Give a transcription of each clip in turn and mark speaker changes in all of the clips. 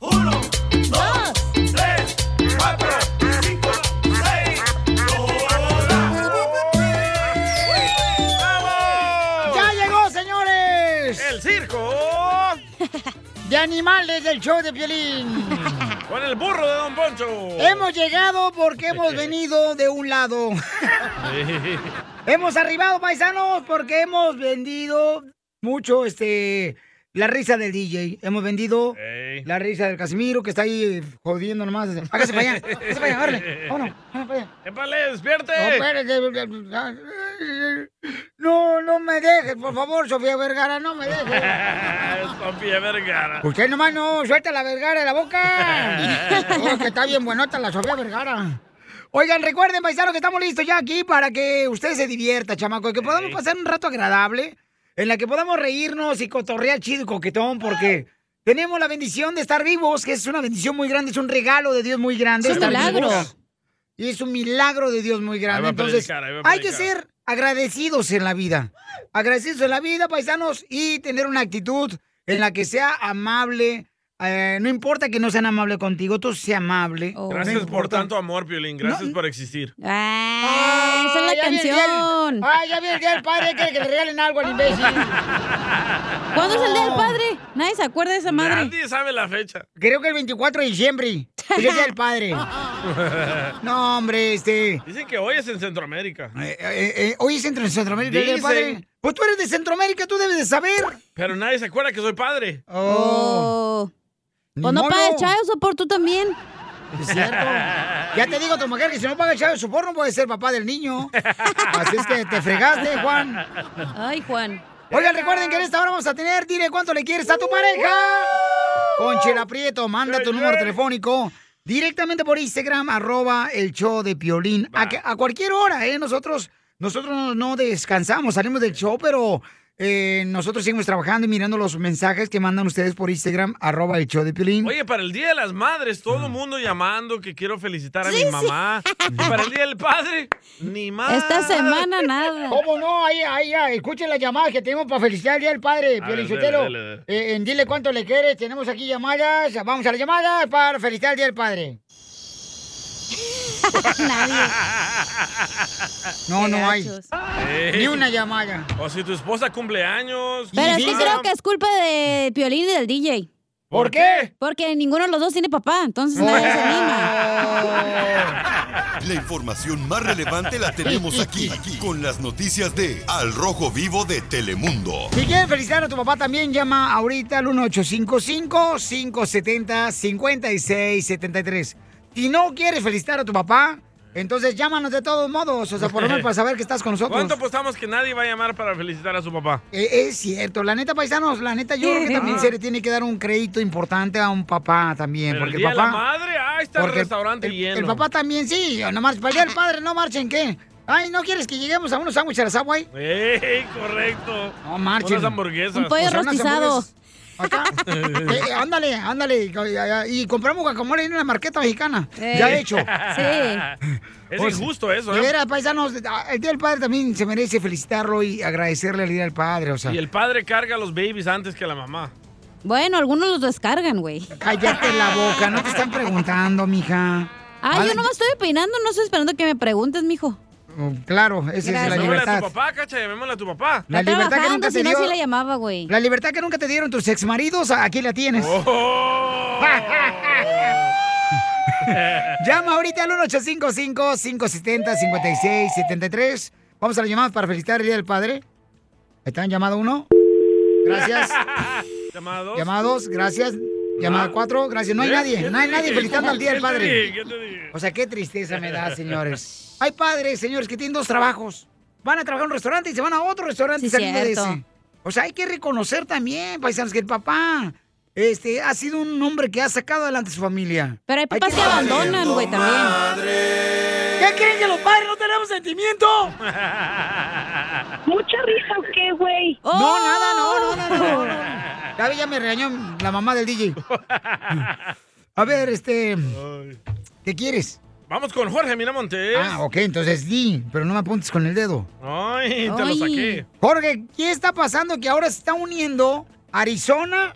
Speaker 1: animales del show de violín.
Speaker 2: Con el burro de Don Poncho.
Speaker 1: Hemos llegado porque hemos venido de un lado. hemos arribado, paisanos, porque hemos vendido mucho este la risa del DJ. Hemos vendido
Speaker 2: Ey.
Speaker 1: la risa del Casimiro, que está ahí jodiendo nomás. Hágase para allá, hágase para allá, órale. Vámonos.
Speaker 2: ¡Épale, despierte!
Speaker 1: No, espérate. No, no me dejes, por favor, Sofía Vergara, no me dejes.
Speaker 2: Sofía Vergara.
Speaker 1: Usted nomás no, suelta la Vergara de la boca. Oh, que está bien buenota la Sofía Vergara. Oigan, recuerden, paisanos, que estamos listos ya aquí para que usted se divierta, chamaco, que podamos pasar un rato agradable, en la que podamos reírnos y cotorrear chido y coquetón, porque tenemos la bendición de estar vivos, que es una bendición muy grande, es un regalo de Dios muy grande.
Speaker 2: Es un
Speaker 1: estar
Speaker 2: milagro.
Speaker 1: vivos. Y es un milagro de Dios muy
Speaker 2: Ahí
Speaker 1: grande.
Speaker 2: va a
Speaker 1: Entonces,
Speaker 2: predicar, ahí va a
Speaker 1: hay que
Speaker 2: predicar.
Speaker 1: ser agradecidos en la vida. Agradecidos en la vida, paisanos, y tener una actitud en la que sea amable. Eh, no importa que no sean amable contigo, tú sea amable.
Speaker 3: Oh,
Speaker 2: Gracias
Speaker 1: No
Speaker 2: por
Speaker 1: importa.
Speaker 2: tanto amor, Piolín. Gracias por existir.
Speaker 1: ¡Ah!
Speaker 3: esa es la
Speaker 1: ya viene el día del- ¡Ay, ya viene el día del padre! quiere que le regalen algo al imbécil!
Speaker 3: ¿Cuándo es el día del padre? Nadie se acuerda de esa madre.
Speaker 2: Nadie sabe la fecha.
Speaker 1: Creo que el 24 de diciembre es el día del padre. No, hombre, este...
Speaker 2: Dicen que hoy es en Centroamérica.
Speaker 1: eh, eh, hoy es entre Centroamérica el día del
Speaker 2: Dicen.
Speaker 1: padre. Pues tú eres de Centroamérica, tú debes de saber.
Speaker 2: Pero nadie se acuerda que soy padre.
Speaker 3: Oh. Pues no
Speaker 1: modo.
Speaker 3: pagues chayo por tú también.
Speaker 1: Es cierto. Ya te digo a tu mujer que si no paga el chavo su porno puede ser papá del niño. Así es que te fregaste, Juan.
Speaker 3: Ay, Juan.
Speaker 1: Oigan, recuerden que en esta hora vamos a tener, dile cuánto le quieres a tu pareja. Con Chela Prieto, manda tu número telefónico directamente por Instagram, arroba el show de Piolín. A, que- a cualquier hora, ¿eh? Nosotros, nosotros no descansamos, salimos del show, pero eh, nosotros seguimos trabajando y mirando los mensajes que mandan ustedes por Instagram, arroba el show de Piolín.
Speaker 2: Oye, para el Día de las Madres,
Speaker 1: Mm.
Speaker 2: todo el mundo llamando que quiero felicitar a mi mamá. Y para el Día del Padre, ni más.
Speaker 3: Esta semana nada.
Speaker 1: ¿Cómo no? Ahí, ahí, ahí. Escuchen la llamada que tenemos para felicitar el Día del Padre,
Speaker 2: A
Speaker 1: Piolín
Speaker 2: ver,
Speaker 1: Sotelo.
Speaker 2: dele, dele, dele.
Speaker 1: Eh, en Dile Cuánto Le Quieres, tenemos aquí llamadas. Vamos a las llamadas para felicitar el Día del Padre. No, no hay.
Speaker 2: Ey.
Speaker 1: Ni una llamada.
Speaker 2: O si tu esposa cumpleaños.
Speaker 3: Pero es que
Speaker 2: Instagram.
Speaker 3: creo que es culpa de Piolín y del DJ.
Speaker 2: ¿Por qué?
Speaker 3: Porque ninguno de los dos tiene papá, entonces nadie se anima.
Speaker 4: La información más relevante la tenemos aquí, aquí, con las noticias de Al Rojo Vivo de Telemundo.
Speaker 1: Si quieres felicitar a tu papá también, llama ahorita al 1855-570-5673. Si no quieres felicitar a tu papá, entonces llámanos de todos modos. O sea, por lo menos para saber que estás con nosotros.
Speaker 2: ¿Cuánto apostamos que nadie va a llamar para felicitar a su papá?
Speaker 1: Eh, Es cierto, la neta, paisanos, la neta, yo creo que también se le tiene que dar un crédito importante a un papá también.
Speaker 2: Pero
Speaker 1: porque
Speaker 2: el día
Speaker 1: el papá.
Speaker 2: de la madre, ahí está el
Speaker 1: porque
Speaker 2: restaurante lleno.
Speaker 1: El papá también, sí, no marchen, para el día del padre, no marchen, ¿qué? Ay, ¿no quieres que lleguemos a unos sándwiches a la Subway?
Speaker 2: Pues, ¡Ey, correcto!
Speaker 1: No marchen.
Speaker 2: Unas hamburguesas.
Speaker 3: Un pollo
Speaker 1: O sea, Pues, unas
Speaker 3: rostizado.
Speaker 1: hamburguesas. Acá. Eh, eh, ándale, ándale. Y, y compramos guacamole en la marqueta mexicana.
Speaker 3: Eh.
Speaker 1: Ya hecho.
Speaker 3: Sí.
Speaker 2: Es
Speaker 1: O sea,
Speaker 2: injusto eso,
Speaker 1: De
Speaker 2: ¿eh?
Speaker 1: veras, paisanos, ah, el Día del Padre también se merece felicitarlo y agradecerle al Día del Padre, o sea.
Speaker 2: Y el padre carga a los babies antes que la mamá.
Speaker 3: Bueno, algunos los descargan, güey.
Speaker 1: Cállate la boca, no te están preguntando, mija.
Speaker 3: Ah, yo
Speaker 1: Ay,
Speaker 3: no me estoy opinando, no estoy esperando que me preguntes, mijo.
Speaker 1: Mm, Claro, esa es la
Speaker 3: Gracias.
Speaker 2: Llamémosle a
Speaker 1: libertad.
Speaker 2: tu papá, cacha, llamémosle a tu papá.
Speaker 1: La
Speaker 3: Está
Speaker 1: libertad que
Speaker 3: trabajando,
Speaker 1: nunca te
Speaker 3: si no,
Speaker 1: dio.
Speaker 3: sí le llamaba, güey.
Speaker 1: La libertad que nunca te dieron tus exmaridos, aquí la tienes.
Speaker 2: ¡Oh!
Speaker 1: Llama ahorita al 1855-570-5673. Vamos a la llamada para felicitar el Día del Padre. Están llamado uno. Gracias.
Speaker 2: ¿Llamados?
Speaker 1: Llamada dos, gracias. Llamada cuatro, gracias. No hay
Speaker 2: ¿Ves?
Speaker 1: nadie,
Speaker 2: ¿Qué
Speaker 1: no
Speaker 2: te
Speaker 1: hay nadie
Speaker 2: dije?
Speaker 1: felicitando al Día
Speaker 2: ¿Qué
Speaker 1: del
Speaker 2: te
Speaker 1: Padre.
Speaker 2: dije? ¿Qué te dije?
Speaker 1: O sea, qué tristeza me da, señores. Hay padres, señores, que tienen dos trabajos. Van a trabajar en un restaurante y se van a otro restaurante
Speaker 3: Sí,
Speaker 1: saliendo de
Speaker 3: cierto.
Speaker 1: ese. O sea, hay que reconocer también, paisanos, que el papá este, ha sido un hombre que ha sacado adelante a su familia.
Speaker 3: Pero hay papás que
Speaker 1: reconocer-
Speaker 3: abandonan, güey, también.
Speaker 1: ¿Qué creen que los padres no tenemos sentimiento?
Speaker 3: Oh.
Speaker 5: ¿Mucha risa o qué, güey?
Speaker 1: No, nada, no, no, no, no, no. Oh. Gaby ya me regañó la mamá del DJ. A ver, este,
Speaker 2: Ay.
Speaker 1: ¿qué quieres?
Speaker 2: Vamos con Jorge Miramontes.
Speaker 1: Ah, ok, entonces di, pero no me apuntes con el dedo.
Speaker 2: Ay, te lo
Speaker 3: Ay.
Speaker 2: saqué.
Speaker 1: Jorge, ¿qué está pasando que ahora se está uniendo Arizona?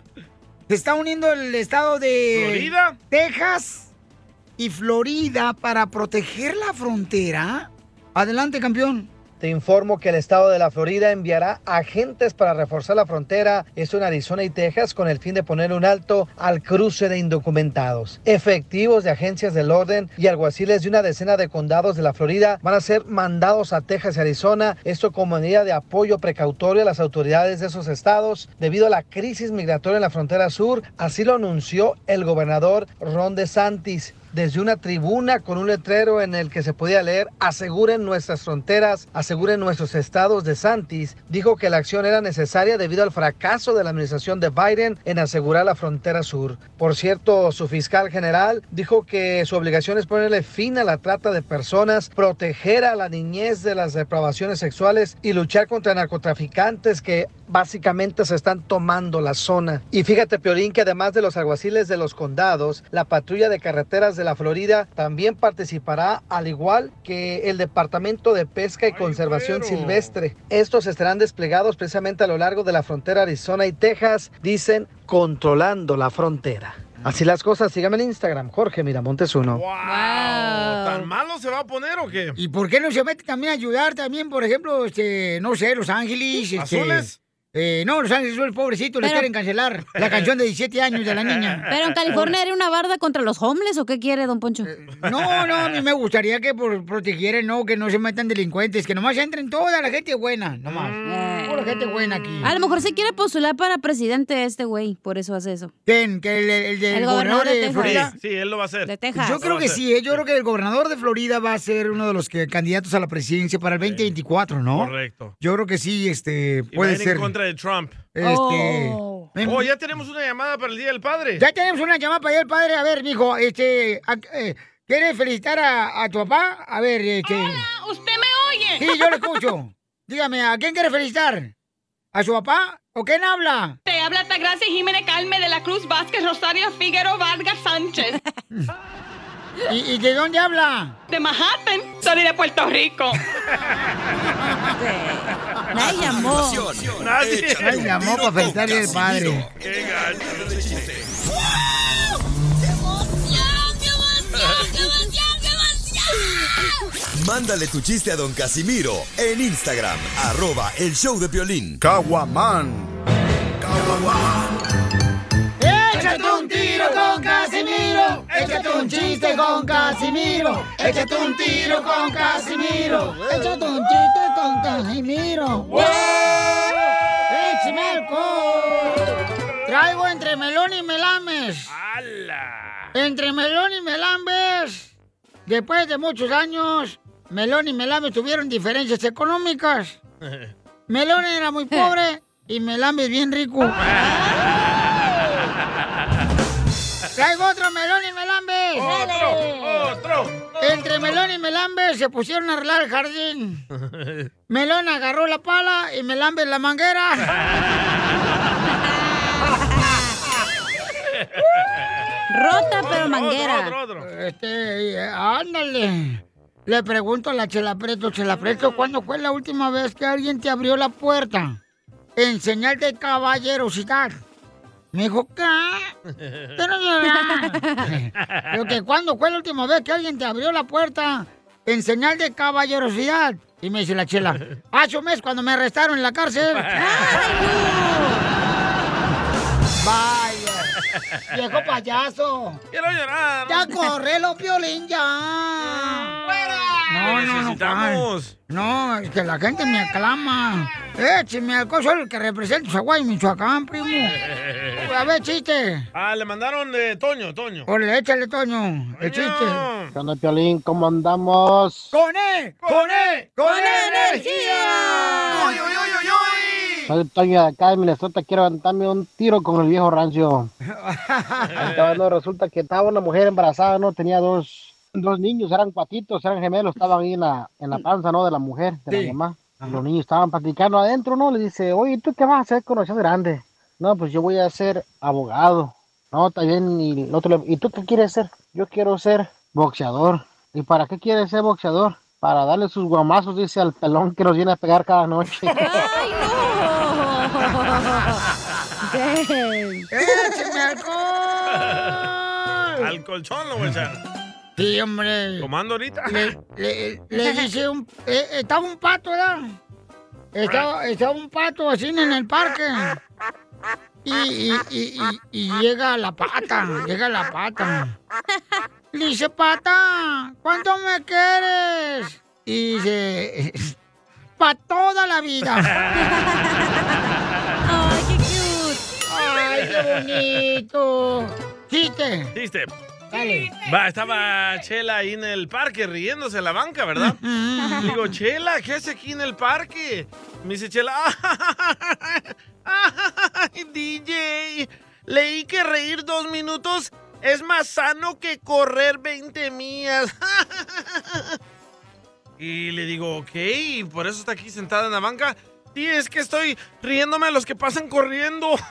Speaker 1: Se está uniendo el estado de...
Speaker 2: ¿Florida?
Speaker 1: Texas y Florida para proteger la frontera. Adelante, campeón.
Speaker 6: te informo que el estado de la Florida enviará agentes para reforzar la frontera, esto en Arizona y Texas, con el fin de poner un alto al cruce de indocumentados. Efectivos de agencias del orden y alguaciles de una decena de condados de la Florida van a ser mandados a Texas y Arizona, esto como medida de apoyo precautorio a las autoridades de esos estados debido a la crisis migratoria en la frontera sur, así lo anunció el gobernador Ron DeSantis desde una tribuna con un letrero en el que se podía leer aseguren nuestras fronteras, aseguren nuestros estados de Santis, dijo que la acción era necesaria debido al fracaso de la administración de Biden en asegurar la frontera sur. Por cierto, su fiscal general dijo que su obligación es ponerle fin a la trata de personas, proteger a la niñez de las depravaciones sexuales y luchar contra narcotraficantes que básicamente se están tomando la zona. Y fíjate, Piorín, que además de los alguaciles de los condados, la patrulla de carreteras de la Florida también participará, al igual que el Departamento de Pesca y Conservación
Speaker 2: güero.
Speaker 6: Silvestre. Estos estarán desplegados precisamente a lo largo de la frontera Arizona y Texas, dicen controlando la frontera. Así las cosas, síganme en Instagram, Jorge Miramontes uno.
Speaker 2: ¡Wow! ¿Tan malo se va a poner o qué?
Speaker 1: ¿Y por qué no se mete también a ayudar también, por ejemplo, este, no sé, Los Ángeles? este,
Speaker 2: ¿Azules?
Speaker 1: eh, no, Los Ángeles Azules, pobrecito, les
Speaker 3: Pero-
Speaker 1: quieren cancelar la canción de 17 años de la niña.
Speaker 3: Pero en California era una barda contra los homeless o qué quiere, don
Speaker 1: Eh,
Speaker 3: Poncho?
Speaker 1: No, no, a mí me gustaría que por protegieran, no, que no se metan delincuentes, que nomás entren toda la gente buena, nomás.
Speaker 2: Mm.
Speaker 1: Pura gente buena aquí.
Speaker 3: A lo mejor se quiere postular para presidente este güey, por eso hace eso.
Speaker 1: ¿Quién? ¿Que el, el, del
Speaker 3: El gobernador
Speaker 1: gobernador
Speaker 3: de
Speaker 1: de
Speaker 3: Texas.
Speaker 1: Florida?
Speaker 2: Sí, sí, él lo va a hacer.
Speaker 3: De Texas.
Speaker 1: Yo creo que
Speaker 2: ser.
Speaker 1: sí, ¿eh? yo creo que el gobernador de Florida va a ser uno de los que, candidatos a la presidencia para el 2024, ¿no?
Speaker 2: Correcto.
Speaker 1: Yo creo que sí, este,
Speaker 2: Y
Speaker 1: puede
Speaker 2: va a ir
Speaker 1: ser.
Speaker 2: en contra de Trump.
Speaker 1: Este,
Speaker 3: Oh.
Speaker 1: em,
Speaker 2: Oh, ya tenemos una llamada para el Día del Padre.
Speaker 1: ya tenemos una llamada para allá el padre. A ver, mijo, este, a- eh, ¿quieres felicitar a, a tu papá? A ver, este.
Speaker 7: ¿Usted me oye?
Speaker 1: Sí, yo le escucho. Dígame, ¿a quién quiere felicitar? ¿A su papá? ¿O quién habla?
Speaker 7: Te habla Tagracia Jiménez Calme de la Cruz Vázquez Rosario Figueroa Vargas Sánchez
Speaker 1: ¿Y, y de dónde habla?
Speaker 7: de Manhattan. Soy de Puerto Rico.
Speaker 3: Nadie llamó.
Speaker 2: Nadie.
Speaker 4: Échate
Speaker 1: Ay,
Speaker 4: un
Speaker 1: llamó
Speaker 4: tiro
Speaker 1: para
Speaker 4: con
Speaker 1: felicitarle al
Speaker 4: Casimiro.
Speaker 1: padre.
Speaker 2: Qué gacho de chiste.
Speaker 4: Mándale tu chiste a don Casimiro en Instagram, arroba el show de violín.
Speaker 8: Caguaman.
Speaker 1: Échate un tiro con Casimiro. Échate un chiste con Casimiro. Échate un tiro con Casimiro. Échate un chiste con Casimiro. ¡Échame alcohol! Traigo entre melón y melames.
Speaker 2: ¡Hala!
Speaker 1: Entre melón y melambes. Después de muchos años, melón y melambes tuvieron diferencias económicas. Melón era muy pobre y melambes bien rico. Traigo otro melón y melambes.
Speaker 2: ¡Otro! ¡Otro!
Speaker 1: Entre Melón y Melambe se pusieron a arreglar el jardín. Melón agarró la pala y Melambe la manguera.
Speaker 3: Rota pero
Speaker 2: Otro,
Speaker 3: manguera.
Speaker 2: otro, otro.
Speaker 1: Este, eh, ándale. Le pregunto a la Chela Preto, Chela Preto, ¿cuándo fue la última vez que alguien te abrió la puerta? En señal de caballerosidad. Me dijo, ¿qué? ¿Qué no lloras?" Pero que ¿cuándo fue la última vez que alguien te abrió la puerta? En señal de caballerosidad. Y me dice la Chela, hace un mes cuando me arrestaron en la cárcel. Vaya, viejo payaso.
Speaker 2: Quiero llorar.
Speaker 1: Ya correlo, Piolín, ya. No, no, no. Juan.
Speaker 2: Necesitamos.
Speaker 1: No, es que la gente me aclama. Écheme alcohol, soy el que representa Chihuahua y Michoacán, primo. A ver, chiste.
Speaker 2: Ah, le mandaron de Toño, Toño.
Speaker 1: Órale, échale, Toño. El chiste.
Speaker 2: Toño.
Speaker 9: ¿Qué onda, Piolín? ¿Cómo andamos?
Speaker 1: ¡Con él! ¡Con él! ¡Con
Speaker 3: energía!
Speaker 2: ¡Oy, oy, oy, oy, oy!
Speaker 9: Soy Toño de acá de Minnesota, quiero aventarme un tiro con el viejo rancio. Ahí estaba, no, resulta que estaba una mujer embarazada, ¿no? Tenía dos, dos niños, eran cuatitos, eran gemelos, estaban ahí en la, en la panza, ¿no? De la mujer, de
Speaker 1: Sí.
Speaker 9: la mamá. Y Los niños estaban platicando adentro, ¿no? Le dice, oye, ¿tú qué vas a hacer cuando seas grande? No, pues yo voy a ser abogado. No, está bien. Y el otro le, ¿y tú qué quieres ser? Yo quiero ser boxeador. ¿Y para qué quieres ser boxeador? Para darle sus guamazos, dice, al pelón que nos viene a pegar cada noche.
Speaker 3: ¡Ay, no! Damn.
Speaker 1: ¡Écheme alcohol!
Speaker 2: Al colchón lo voy a echar.
Speaker 1: Sí, hombre.
Speaker 2: Tomando ahorita.
Speaker 1: Le, le- le dice un... eh, estaba un pato, ¿verdad? Estaba, estaba un pato así en el parque. Y, y- y- y- y llega la pata, llega la pata. Le dice, pata, ¿cuánto me quieres? Y dice, pa' toda la vida.
Speaker 10: ¡Ay, qué cute!
Speaker 1: ¡Ay, qué bonito! ¡Chiste!
Speaker 2: Chiste.
Speaker 1: Dale.
Speaker 2: Va, estaba Chela ahí en el parque riéndose en la banca, ¿verdad? Le Digo, Chela, ¿qué hace aquí en el parque? Me dice Chela, ¡ay, DJ! Leí que reír dos minutos es más sano que correr 20 millas. y le digo, ok, por eso está aquí sentada en la banca. Sí, es que estoy riéndome a los que pasan corriendo.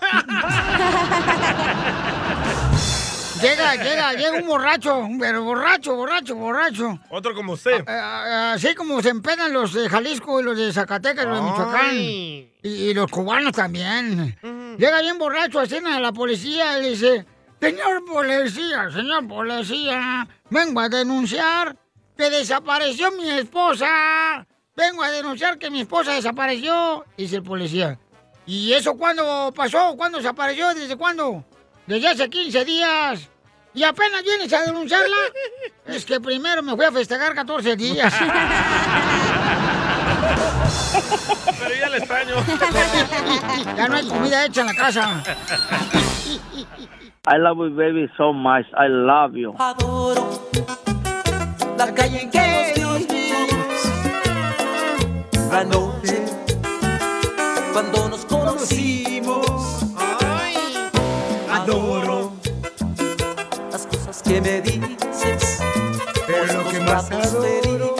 Speaker 1: Llega, llega, llega un borracho, pero borracho, borracho, borracho.
Speaker 2: Otro como usted.
Speaker 1: Ah, Así como se empedan los de Jalisco y los de Zacatecas, los de Michoacán.
Speaker 2: Ay.
Speaker 1: Y, y los cubanos también. Llega bien borracho, así a la policía y le dice, señor policía, señor policía, vengo a denunciar que desapareció mi esposa. Vengo a denunciar que mi esposa desapareció, dice el policía. ¿Y eso cuándo pasó? ¿Cuándo desapareció? ¿Desde cuándo? Desde hace 15 días. ¿Y apenas vienes a denunciarla? Es que primero me fui a festejar 14 días.
Speaker 2: Pero ya le extraño.
Speaker 1: ya no hay comida hecha en la casa.
Speaker 11: I love you, baby, so much. I love you.
Speaker 1: La calle en que
Speaker 12: La noche cuando nos conocimos. Adoro las cosas que me dices. Pero lo que más adoro,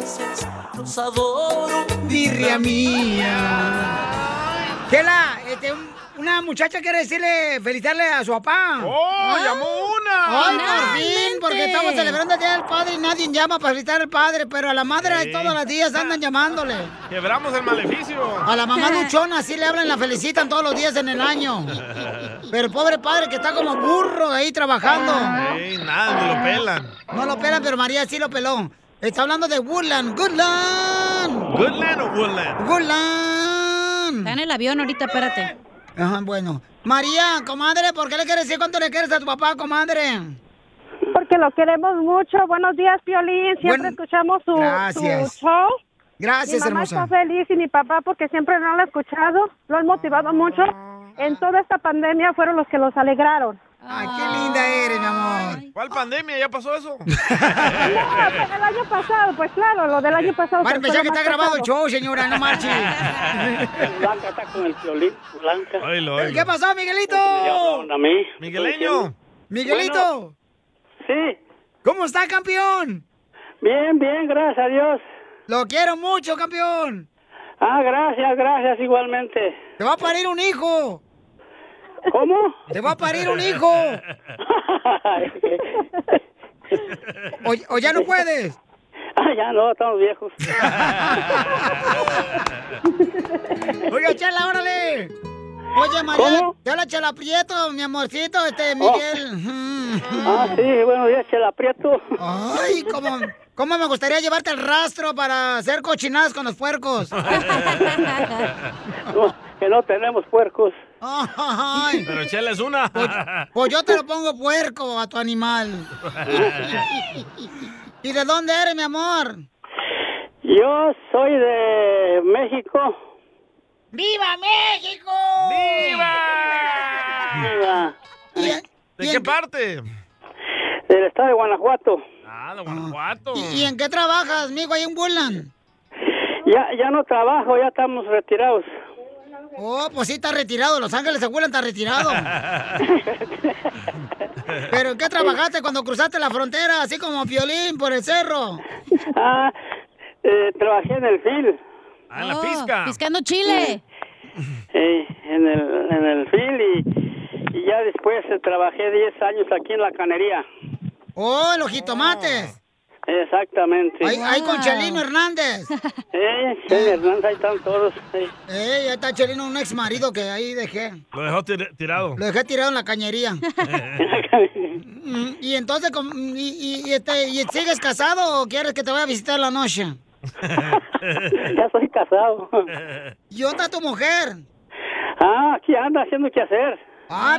Speaker 12: los adoro.
Speaker 1: Birria mía. Chela, este, un- una muchacha quiere decirle, felicitarle a su papá. Ah.
Speaker 2: ¡Oh, llamó una!
Speaker 1: ¡Ay, por
Speaker 10: Finalmente.
Speaker 1: fin! Porque estamos celebrando el Día del Padre y nadie llama para felicitar al padre, pero a la madre
Speaker 2: Sí.
Speaker 1: todos los días andan llamándole.
Speaker 2: Quebramos el maleficio.
Speaker 1: A la mamá luchona sí le hablan, la felicitan todos los días en el año. Pero el pobre padre que está como burro ahí trabajando.
Speaker 2: Ey, nada, me lo pelan.
Speaker 1: No lo pelan, pero María sí lo peló. Está hablando de Woodland. Goodland.
Speaker 2: ¿Woodland o Woodland?
Speaker 1: Goodland.
Speaker 10: Está en el avión ahorita, espérate.
Speaker 1: Ajá, bueno. María, comadre, ¿por qué le quieres decir cuánto le quieres a tu papá, comadre?
Speaker 5: Porque lo queremos mucho. Buenos días, Piolín. Siempre
Speaker 1: Buen-
Speaker 5: escuchamos su,
Speaker 1: Gracias.
Speaker 5: su show.
Speaker 1: Gracias,
Speaker 5: mi mamá
Speaker 1: hermosa.
Speaker 5: está feliz y mi papá porque siempre no lo ha escuchado. Lo han motivado mucho. En toda esta pandemia fueron los que los alegraron.
Speaker 1: Ay, qué linda eres, mi amor.
Speaker 2: ¿Cuál pandemia? ¿Ya pasó eso?
Speaker 5: El año pasado, pues claro, lo del año pasado.
Speaker 1: Para
Speaker 5: fue lo
Speaker 13: pues
Speaker 1: empezar que
Speaker 5: más
Speaker 1: está grabado el
Speaker 5: pesado.
Speaker 1: show, señora, no marche.
Speaker 11: Blanca está con el violín, Blanca.
Speaker 2: Oilo,
Speaker 1: ¿Pero
Speaker 2: oilo.
Speaker 1: ¿Qué pasó, Miguelito?
Speaker 11: Ya hablaron a mí.
Speaker 2: Migueleño.
Speaker 1: Miguelito,
Speaker 11: Sí,
Speaker 1: ¿cómo está, campeón?
Speaker 11: bien, bien, gracias a Dios.
Speaker 1: Lo quiero mucho, campeón.
Speaker 11: Ah, gracias, gracias igualmente.
Speaker 1: Te va a parir un hijo.
Speaker 11: ¿Cómo?
Speaker 1: Te va a parir un hijo. O, o ya no puedes.
Speaker 11: ah, ya no, estamos viejos.
Speaker 1: Oiga, Chela, órale. Oye, María,
Speaker 11: ¿Cómo?
Speaker 1: te habla Chela Prieto, mi amorcito, este, Miguel. Mm.
Speaker 11: Ah, sí, buenos días, Chela Prieto.
Speaker 1: Ay, cómo, cómo me gustaría llevarte el rastro para hacer cochinadas con los puercos.
Speaker 11: No, que no tenemos puercos.
Speaker 1: Ay,
Speaker 2: Pero Chela es una.
Speaker 1: pues yo te lo pongo puerco a tu animal. ¿Y de dónde eres, mi amor?
Speaker 11: Yo soy de México.
Speaker 1: ¡Viva México!
Speaker 2: ¡Viva!
Speaker 11: Viva.
Speaker 1: ¿Y,
Speaker 2: ¿De
Speaker 1: y
Speaker 2: qué
Speaker 1: en,
Speaker 2: parte?
Speaker 11: Del estado de Guanajuato.
Speaker 2: Ah, de Guanajuato.
Speaker 1: y- y en qué trabajas, migo, ahí en Woodland?
Speaker 11: Ya, ya no trabajo, ya estamos retirados.
Speaker 1: Oh, pues sí, está retirado. Los Ángeles de Woodland está retirado. ¿Pero en qué trabajaste cuando cruzaste la frontera, así como Piolín, por el cerro?
Speaker 11: Ah, eh, trabajé en el FIL.
Speaker 2: Ah, en la
Speaker 10: Oh,
Speaker 2: pizca.
Speaker 10: Piscando chile.
Speaker 11: eh, en el, en el FIL y, y ya después eh, trabajé 10 años aquí en la canería.
Speaker 1: Oh, los jitomates.
Speaker 11: Exactamente.
Speaker 1: Ahí, ahí con Chalino Hernández.
Speaker 11: Eh, sí, Hernández, ahí están todos. eh.
Speaker 1: Eh, ya está Chalino, un ex marido que ahí dejé.
Speaker 2: Lo dejó tir- tirado.
Speaker 1: Lo dejé tirado en la cañería. Mm, y entonces, com- y, y- y este, ¿y sigues casado o quieres que te vaya a visitar la noche?
Speaker 11: ya soy casado.
Speaker 1: ¿Y dónde está tu mujer?
Speaker 11: Ah, aquí anda haciendo qué hacer. Ah.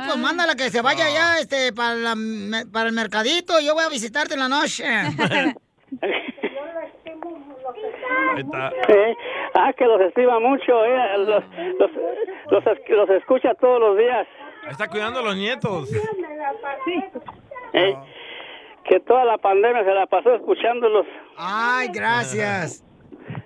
Speaker 1: Ah, pues mándala que se vaya ya este, para, la me- para el mercadito. Yo voy a visitarte en la noche.
Speaker 2: Ahí está.
Speaker 11: Eh, ah, que los estima mucho, eh, los, los, los, es- los escucha todos los días.
Speaker 2: Está cuidando a los nietos.
Speaker 11: eh, que toda la pandemia se la pasó escuchándolos.
Speaker 1: Ay, gracias.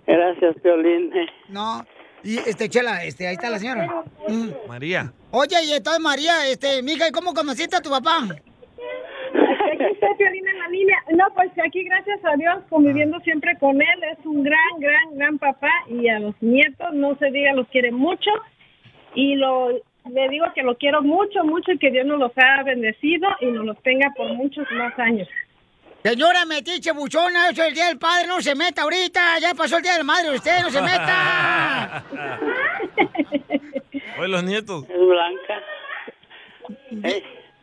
Speaker 11: Gracias, Violín.
Speaker 1: No. Y este, Chela, este, ahí está la señora.
Speaker 11: pues,
Speaker 1: Mm.
Speaker 2: María.
Speaker 1: Oye, y entonces, María, este, mija, ¿y cómo conociste a tu papá?
Speaker 5: Aquí está Piolín en la línea. No, pues aquí, gracias a Dios,
Speaker 11: Ah.
Speaker 5: conviviendo siempre con él. Es un gran, gran, gran papá. Y a los nietos, no se diga, los quiere mucho. Y lo le digo que lo quiero mucho, mucho y que Dios nos los ha bendecido y nos los tenga por muchos más años.
Speaker 1: Señora metiche buchona, eso es el día del padre, no se meta ahorita, ya pasó el día del madre, usted no se meta.
Speaker 2: Hoy los nietos.
Speaker 11: Es blanca.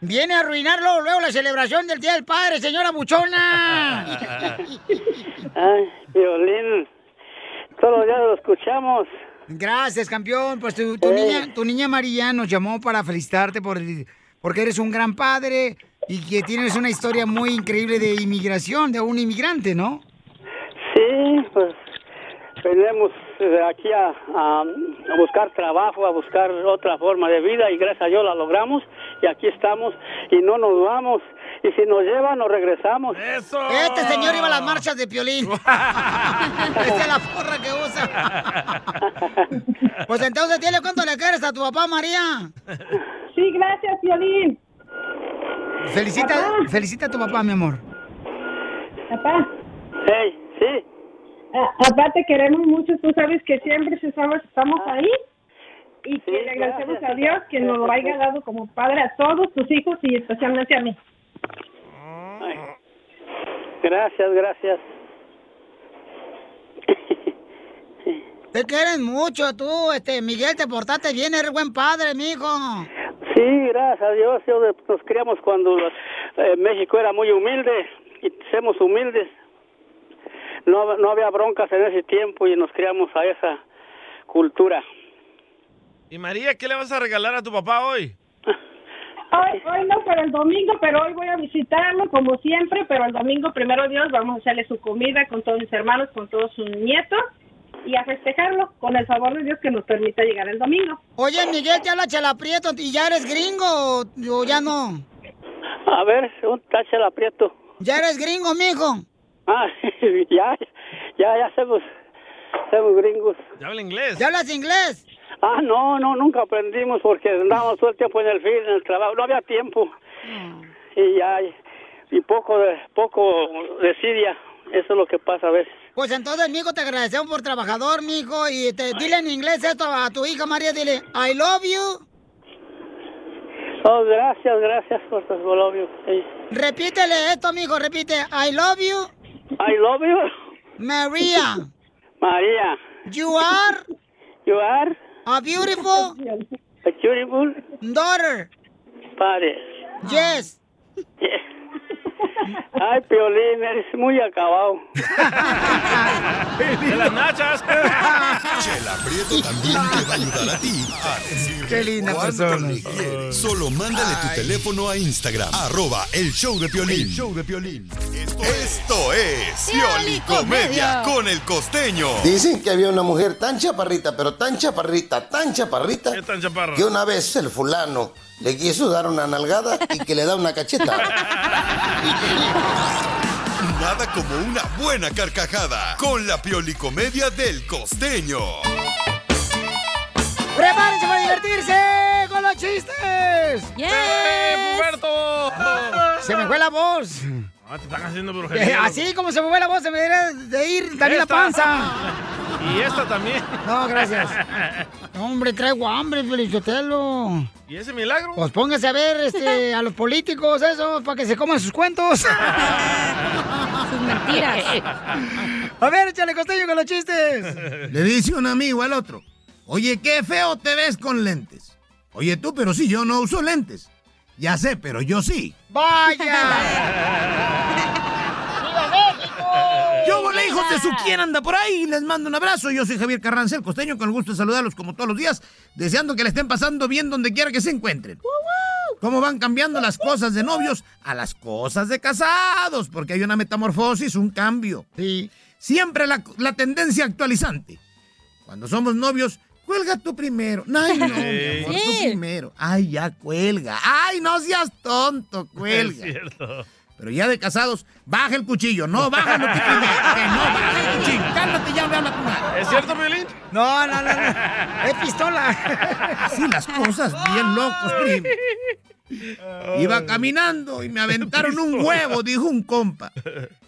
Speaker 1: Viene a arruinarlo luego la celebración del día del padre, señora buchona.
Speaker 11: Ay, Violín. Todos los días lo escuchamos.
Speaker 1: Gracias, campeón. Pues tu, tu niña, tu niña María nos llamó para felicitarte por el- porque eres un gran padre y que tienes una historia muy increíble de inmigración, de un inmigrante, ¿no?
Speaker 11: Sí, pues venimos eh, aquí a, a- a buscar trabajo, a buscar otra forma de vida y gracias a Dios la logramos y aquí estamos y no nos vamos y si nos llevan nos regresamos.
Speaker 2: Eso.
Speaker 1: Este señor iba a las marchas de Piolín. Esa es la porra que usa. pues entonces dile cuánto le quieres a tu papá, María.
Speaker 5: Sí, gracias, Piolín.
Speaker 1: Felicita, felicita a tu papá, mi amor.
Speaker 5: Papá.
Speaker 11: Hey, sí,
Speaker 5: Ah, Papá, te queremos mucho, tú sabes que siempre estamos, estamos ahí y que le agradecemos
Speaker 11: Ah. gracias.
Speaker 5: a Dios que nos lo haya dado como padre a todos tus hijos y especialmente a mí.
Speaker 11: gracias, gracias.
Speaker 1: Te quieren mucho tú, este Miguel, te portaste bien, eres buen padre, mijo.
Speaker 11: Sí, gracias a Dios, yo de- nos criamos cuando eh, México era muy humilde y somos humildes. No, no había broncas en ese tiempo y nos criamos a esa cultura.
Speaker 2: Y María, ¿qué le vas a regalar a tu papá hoy?
Speaker 5: Hoy, hoy no para el domingo, pero hoy voy a visitarlo como siempre, pero el domingo primero Dios vamos a hacerle su comida con todos mis hermanos, con todos sus nietos y a festejarlo con el favor de Dios que nos permita llegar el domingo.
Speaker 1: Oye, Miguel, te habla Chalaprieto, ¿y ya eres gringo o, o ya no?
Speaker 11: A ver, un tache la aprieto.
Speaker 1: ¿Ya eres gringo, mijo?
Speaker 11: Ah, ya, ya, ya somos, somos gringos.
Speaker 2: ¿Ya habla inglés?
Speaker 1: ¿Ya hablas inglés?
Speaker 11: Ah, no, no, nunca aprendimos porque andábamos todo el tiempo en el fin, en el trabajo, no había tiempo. Y ya, y poco de, poco desidia, eso es lo que pasa a veces.
Speaker 1: Pues entonces, mijo, te agradecemos por trabajador, mijo, y te, dile en inglés esto a tu hija María, dile, I love you,
Speaker 11: Oh, gracias, gracias por tus bolobios. Sí.
Speaker 1: repítele esto, mijo, repite, I love you,
Speaker 11: I love you,
Speaker 1: María,
Speaker 11: María.
Speaker 1: you are
Speaker 11: You are
Speaker 1: a beautiful
Speaker 11: a beautiful
Speaker 1: daughter,
Speaker 11: padre.
Speaker 1: yes.
Speaker 11: Ay, Piolín, eres muy acabado.
Speaker 2: ¡De las nachas!
Speaker 4: Chela Prieto también te va a ayudar a ti a decirle
Speaker 1: Qué linda
Speaker 4: cuánto
Speaker 1: persona.
Speaker 4: le quieres. Solo mándale tu teléfono a Instagram, arroba el show de Piolín. show de Piolín. Esto es Pioli Comedia con el costeño.
Speaker 14: Dicen que había una mujer tan chaparrita, pero tan chaparrita, tan chaparrita,
Speaker 2: ¿Qué tan chaparra?
Speaker 14: que una vez el fulano le quiso dar una nalgada y que le da una cacheta.
Speaker 4: Nada como una buena carcajada con la Pioli Comedia del costeño.
Speaker 1: ¡Prepárense para divertirse con los chistes!
Speaker 2: ¡Eh, Puberto!
Speaker 1: Se me fue la voz.
Speaker 2: Ah, te están haciendo
Speaker 1: Eh,
Speaker 2: brujería.
Speaker 1: así como se me fue la voz, se me debería de ir también la
Speaker 2: Esta.
Speaker 1: panza.
Speaker 2: Y esta también.
Speaker 1: No, gracias. Hombre, traigo hambre, Felicitelo.
Speaker 2: ¿Y ese milagro?
Speaker 1: Pues póngase a ver este, a los políticos, eso, para que se coman sus cuentos.
Speaker 3: sus mentiras.
Speaker 1: A ver, échale costeño con los chistes.
Speaker 13: Le dice un amigo al otro. Oye, qué feo te ves con lentes. Oye tú, pero si yo no uso lentes. Ya sé, pero yo sí.
Speaker 1: ¡Vaya!
Speaker 13: Yo volé, hijos de su quien anda por ahí. Les mando un abrazo. Yo soy Javier Carranza, el costeño, con el gusto de saludarlos como todos los días, deseando que le estén pasando bien donde quiera que se encuentren. Cómo van cambiando las cosas de novios a las cosas de casados, porque hay una metamorfosis, un cambio. Siempre la, la tendencia actualizante. Cuando somos novios, cuelga tú primero. Ay, no, mi amor, tú
Speaker 15: Sí.
Speaker 13: primero. Ay, ya cuelga. Ay, no seas tonto, cuelga.
Speaker 15: cierto.
Speaker 13: Pero ya de casados, baja el cuchillo. No, bájalo tú primero. Que no, baja el cuchillo. Cálmate ya, me habla tu madre.
Speaker 2: ¿Es cierto, Violín?
Speaker 1: No, no, no, no. Es pistola.
Speaker 13: Así las cosas, bien locos, primo. Ah, Iba caminando y me aventaron un huevo, dijo un compa.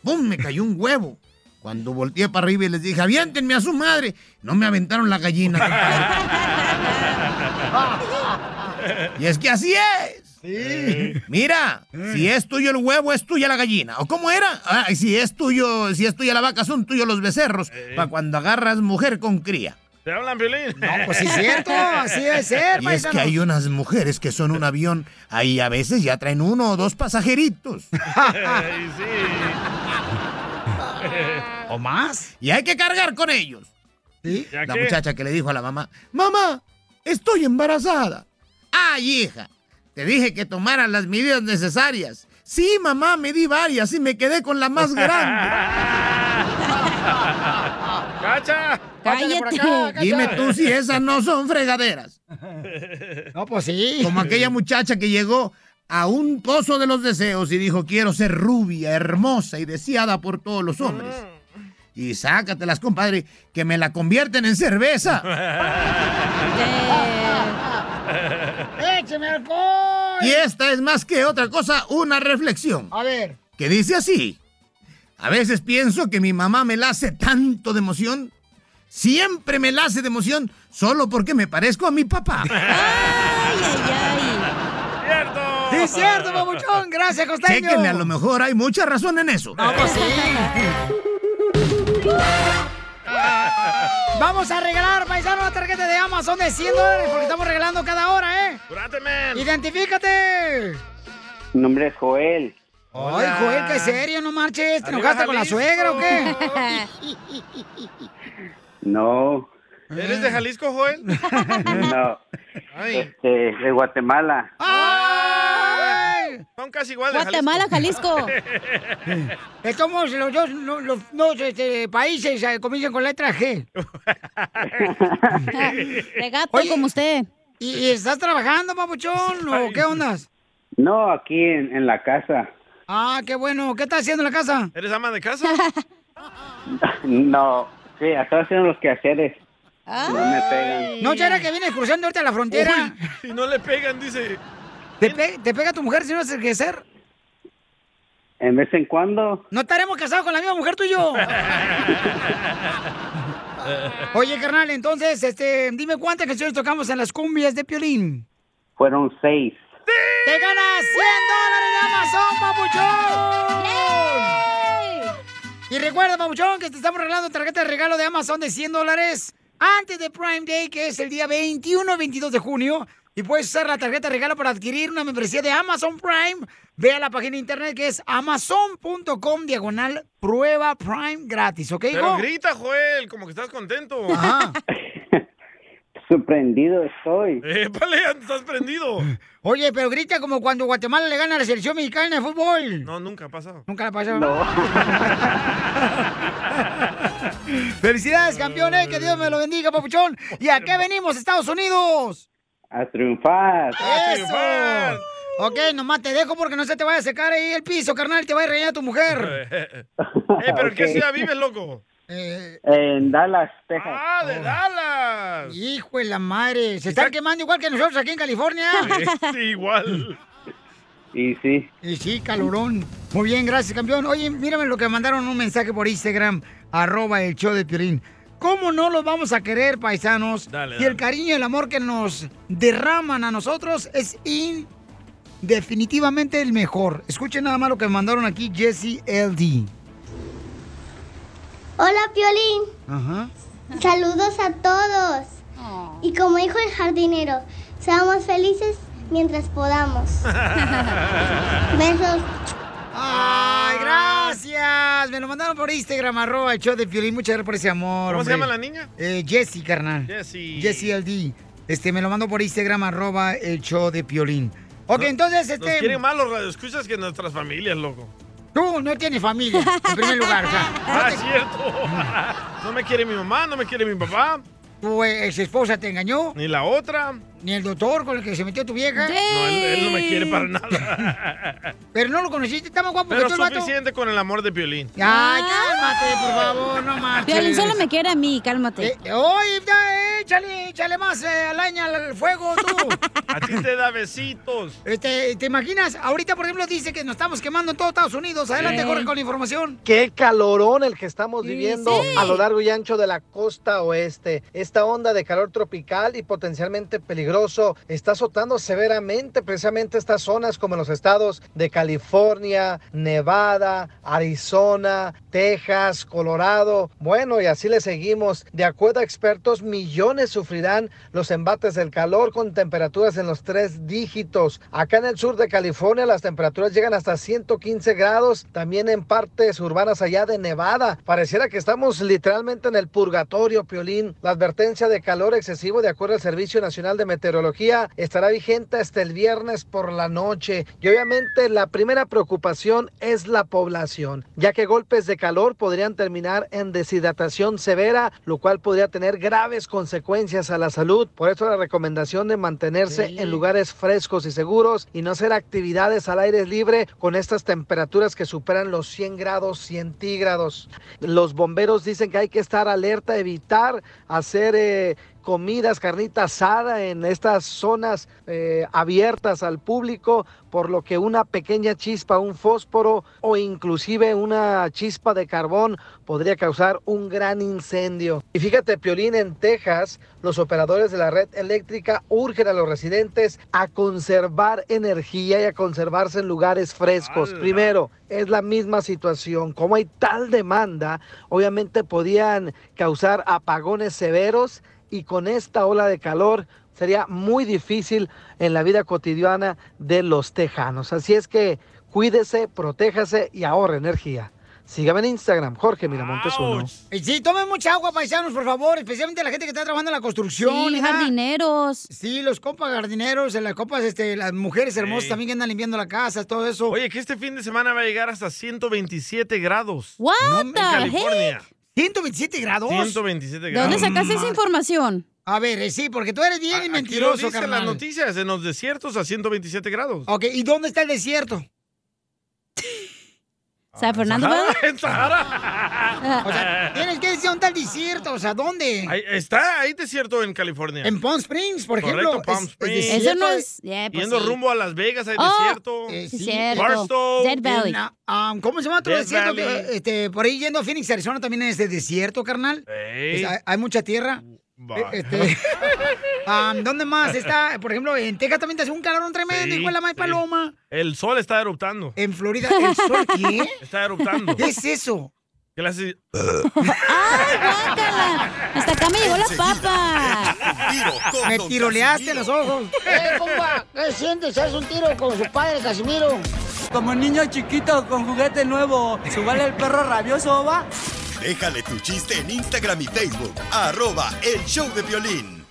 Speaker 13: ¡Bum! Me cayó un huevo. Cuando volteé para arriba y les dije, aviéntenme a su madre. No me aventaron la gallina. compadre. Y es que así es. Mira, si es tuyo el huevo, es tuya la gallina. ¿O cómo era? Ah, y si es tuyo, si es tuya la vaca, son tuyos los becerros.
Speaker 2: Eh.
Speaker 13: Para cuando agarras mujer con cría.
Speaker 2: ¿Te hablan, Violín?
Speaker 1: No, pues sí es cierto, así debe ser,
Speaker 13: Y es que hay unas mujeres que son un avión. Ahí a veces ya traen uno o dos pasajeritos.
Speaker 2: Ay, sí.
Speaker 13: ¿O más? Y hay que cargar con ellos.
Speaker 2: ¿Ya
Speaker 13: La
Speaker 2: qué?
Speaker 13: muchacha que le dijo a la mamá, mamá, estoy embarazada. Ay, hija, te dije que tomaras las medidas necesarias. Sí, mamá, me di varias y me quedé con la más grande.
Speaker 2: ¡Cacha!
Speaker 1: Pásale por acá, Cacha.
Speaker 13: Dime tú si esas no son fregaderas.
Speaker 1: No, pues sí.
Speaker 13: Como aquella muchacha que llegó a un pozo de los deseos y dijo, quiero ser rubia, hermosa y deseada por todos los hombres. Y sácatelas, compadre, que me la convierten en cerveza.
Speaker 1: ¡Écheme alcohol!
Speaker 13: Y esta es más que otra cosa, una reflexión.
Speaker 1: A ver.
Speaker 13: que dice así. A veces pienso que mi mamá me la hace tanto de emoción. Siempre me la hace de emoción solo porque me parezco a mi papá.
Speaker 2: ¡Cierto!
Speaker 1: Sí, es cierto, babuchón. Gracias,
Speaker 12: Pues,
Speaker 1: costeño.
Speaker 13: Chéquenle, a lo mejor hay mucha razón en eso.
Speaker 1: Vamos, sí. Vamos a regalar, paisano, la tarjeta de Amazon de 100 dólares porque estamos regalando cada hora, ¿eh? ¡Identifícate!
Speaker 8: Mi nombre es Joel.
Speaker 1: Ay, Joel, qué serio, no marches. ¿Te enojaste con la suegra o qué?
Speaker 8: No,
Speaker 2: ¿Eres de Jalisco, Joel?
Speaker 8: no.
Speaker 2: Ay,
Speaker 8: Este, de Guatemala.
Speaker 1: Ah.
Speaker 2: son casi igual de
Speaker 1: Guatemala,
Speaker 3: Jalisco.
Speaker 1: Estamos los dos, no- los, dos este, países eh, comienzan con letra G.
Speaker 3: De gato como usted.
Speaker 1: ¿Y, y estás trabajando, papuchón? ¿O qué ondas?
Speaker 8: No, aquí en, en la casa.
Speaker 1: Ah, qué bueno. ¿Qué estás haciendo en la casa?
Speaker 2: ¿Eres ama de casa?
Speaker 8: No, sí, acá haciendo los quehaceres. No me pegan.
Speaker 1: ¿No será que vienes cruzando ahorita la frontera?
Speaker 2: Uy, y no le pegan, dice.
Speaker 1: ¿Te, pe- te pega tu mujer si no haces que ser?
Speaker 8: En vez en cuando.
Speaker 1: ¿No estaremos casados con la misma mujer tú y yo? Oye, carnal, entonces, este, dime cuántas canciones tocamos en las cumbias de Piolín.
Speaker 8: Fueron seis.
Speaker 1: ¡Te ganas 100 dólares de Amazon, papuchón! Y recuerda, papuchón, que te estamos regalando tarjeta de regalo de Amazon de 100 dólares antes de Prime Day, que es el día 21-22 de junio. Y puedes usar la tarjeta de regalo para adquirir una membresía de Amazon Prime. Ve a la página de internet que es amazon.com diagonal prueba Prime gratis, ¿ok, hijo?
Speaker 2: Pero grita, Joel, como que estás contento.
Speaker 8: Sorprendido estoy.
Speaker 2: ¡Épale, estás prendido!
Speaker 1: Oye, pero grita como cuando Guatemala le gana a la selección mexicana de fútbol.
Speaker 2: No, nunca ha pasado.
Speaker 1: Nunca la pasó. Felicidades, campeón, eh, que Dios me lo bendiga, papuchón. ¿Y a qué venimos, Estados Unidos?
Speaker 8: A triunfar.
Speaker 1: ¡Eso! Ok, nomás te dejo porque no se te vaya a secar ahí el piso, carnal, te va a reñir tu mujer.
Speaker 2: Eh, pero ¿en qué
Speaker 8: Ok.
Speaker 2: ciudad vives, loco?
Speaker 8: En Dallas, Texas. Oh,
Speaker 2: ¡Ah, de Dallas!
Speaker 1: Oh. Hijo de la madre, se están quemando igual que nosotros aquí en California.
Speaker 2: Sí, igual.
Speaker 8: Y sí.
Speaker 1: Y Eh, sí, calorón. Muy bien, gracias, campeón. Oye, mírame lo que mandaron un mensaje por Instagram, arroba el show de Piolín. ¿Cómo no los vamos a querer, paisanos?
Speaker 15: Dale,
Speaker 1: Y el
Speaker 15: dale.
Speaker 1: cariño y el amor que nos derraman a nosotros es in- definitivamente el mejor. Escuchen nada más lo que mandaron aquí Jesse LD.
Speaker 16: Hola, Piolín.
Speaker 1: Ajá.
Speaker 16: Saludos a todos. Y como dijo el jardinero, seamos felices mientras podamos. Besos.
Speaker 1: ¡Ay, gracias! Me lo mandaron por Instagram, arroba el show de Piolín. Muchas gracias por ese amor.
Speaker 2: ¿Cómo se llama
Speaker 1: hombre.
Speaker 2: la niña?
Speaker 1: Eh, Jessie, carnal.
Speaker 2: Jessie.
Speaker 1: Jessie LD. Este, me lo mandó por Instagram, arroba el show de Piolín. Ok, entonces,
Speaker 2: Nos
Speaker 1: este...
Speaker 2: quieren más los radioescuchas que nuestras familias, loco.
Speaker 1: Tú no tienes familia, en primer lugar. o sea, no
Speaker 2: Ah,
Speaker 1: te-
Speaker 2: cierto. Ah, No me quiere mi mamá, no me quiere mi papá.
Speaker 1: Tu ex esposa te engañó.
Speaker 2: Ni la otra.
Speaker 1: Ni el doctor con el que se metió tu vieja.
Speaker 2: No, él, él no me quiere para nada.
Speaker 1: Pero no lo conociste, está más guapo
Speaker 2: Pero
Speaker 1: que tú el vato.
Speaker 2: suficiente con el amor de Piolín.
Speaker 1: Ya, cálmate, por favor, no marches.
Speaker 3: Piolín Ah. solo me quiere a mí, cálmate.
Speaker 1: Oye, ya, eh, échale, échale más eh, alaña al fuego, tú.
Speaker 2: A ti te da besitos.
Speaker 1: Este, ¿te imaginas? Ahorita, por ejemplo, dice que nos estamos quemando en todo Estados Unidos. Adelante,
Speaker 6: Sí.
Speaker 1: corre con la información.
Speaker 6: Qué calorón el que estamos
Speaker 1: Sí,
Speaker 6: viviendo
Speaker 1: sí.
Speaker 6: a lo largo y ancho de la costa oeste. Esta onda de calor tropical y potencialmente peligroso está azotando severamente precisamente estas zonas como los estados de California, Nevada, Arizona, Texas, Colorado. Bueno, y así le seguimos. De acuerdo a expertos, millones sufrirán los embates del calor con temperaturas en los tres dígitos. Acá en el sur de California las temperaturas llegan hasta 115 grados, también en partes urbanas allá de Nevada. Pareciera que estamos literalmente en el purgatorio, Piolín. La advertencia de calor excesivo, de acuerdo al Servicio Nacional de Meteorología, estará vigente hasta el viernes por la noche. Y obviamente la primera preocupación es la población, ya que golpes de calor podrían terminar en deshidratación severa, lo cual podría tener graves consecuencias a la salud. Por eso la recomendación de mantenerse en lugares frescos y seguros y no hacer actividades al aire libre con estas temperaturas que superan los 100 grados centígrados. Los bomberos dicen que hay que estar alerta, evitar hacer... eh, comidas, carnita asada en estas zonas eh, abiertas al público, por lo que una pequeña chispa, un fósforo o inclusive una chispa de carbón podría causar un gran incendio. Y fíjate, Piolín, en Texas, los operadores de la red eléctrica urgen a los residentes a conservar energía y a conservarse en lugares frescos.
Speaker 11: ¡Hala!
Speaker 6: Primero, pero es la misma situación. Como hay tal demanda, obviamente podían causar apagones severos y con esta ola de calor sería muy difícil en la vida cotidiana de los tejanos. Así es que cuídese, protéjase y ahorre energía. Sígame en Instagram, Jorge Miramontes uno.
Speaker 1: Eh, Sí, tomen mucha agua, paisanos, por favor. Especialmente la gente que está trabajando en la construcción.
Speaker 3: Sí,
Speaker 1: jardineros. Sí, los compas jardineros, las copas, este, las mujeres hermosas
Speaker 2: Sí.
Speaker 1: también que andan limpiando la casa, todo eso.
Speaker 2: Oye, que este fin de semana va a llegar hasta 127 grados.
Speaker 3: What
Speaker 2: en
Speaker 3: the
Speaker 2: California.
Speaker 3: heck?
Speaker 1: 127 grados.
Speaker 2: 127
Speaker 3: ¿De
Speaker 2: grados. Mm.
Speaker 3: dónde sacaste esa información?
Speaker 1: A ver, eh, sí, porque tú eres bien
Speaker 2: Aquí lo
Speaker 1: mentiroso,
Speaker 2: dicen las
Speaker 1: carnal.
Speaker 2: noticias, en los desiertos a 127 grados.
Speaker 1: Ok, ¿y dónde está el desierto?
Speaker 3: ¿San Fernando?
Speaker 2: Sahara,
Speaker 3: ¿verdad?
Speaker 2: en Sahara.
Speaker 1: Ah, O sea, tienes que decir dónde está el desierto, o sea, ¿dónde?
Speaker 2: Ahí- está, ahí desierto en California.
Speaker 1: En Palm Springs, por
Speaker 2: Correcto,
Speaker 1: ejemplo.
Speaker 2: Palm
Speaker 1: es- es
Speaker 2: Springs.
Speaker 1: desierto
Speaker 3: Eso no
Speaker 1: de-
Speaker 3: es- eh, pues
Speaker 2: Yendo
Speaker 3: sí.
Speaker 2: rumbo a Las Vegas hay
Speaker 3: Oh,
Speaker 2: desierto.
Speaker 1: Eh,
Speaker 3: sí, cierto.
Speaker 2: Barstow.
Speaker 1: Dead Valley. Ah, ¿Cómo se llama otro
Speaker 2: Death
Speaker 1: desierto? que,
Speaker 2: Valley.
Speaker 1: este, por ahí yendo a Phoenix, Arizona, también es de desierto, carnal.
Speaker 2: Ey.
Speaker 1: Es- hay, hay mucha tierra.
Speaker 2: Va.
Speaker 1: Eh, este, ah, ¿Dónde más está? Por ejemplo, en Texas también te hace un calorón tremendo,
Speaker 2: Sí,
Speaker 1: igual la May
Speaker 2: sí.
Speaker 1: Paloma.
Speaker 2: El sol está eruptando.
Speaker 1: En Florida, ¿el sol qué?
Speaker 2: Está eruptando.
Speaker 1: ¿Qué es eso?
Speaker 2: ¿Qué le hace?
Speaker 3: Hasta acá me llegó la papa.
Speaker 1: Me tiroleaste los ojos.
Speaker 12: ¡Eh, compa! ¿Qué sientes? ¿Haz un tiro con su padre, Casimiro? Como niño chiquito con juguete nuevo, ¿subale el perro rabioso, va?
Speaker 4: Déjale tu chiste en Instagram y Facebook. Arroba el show de violín.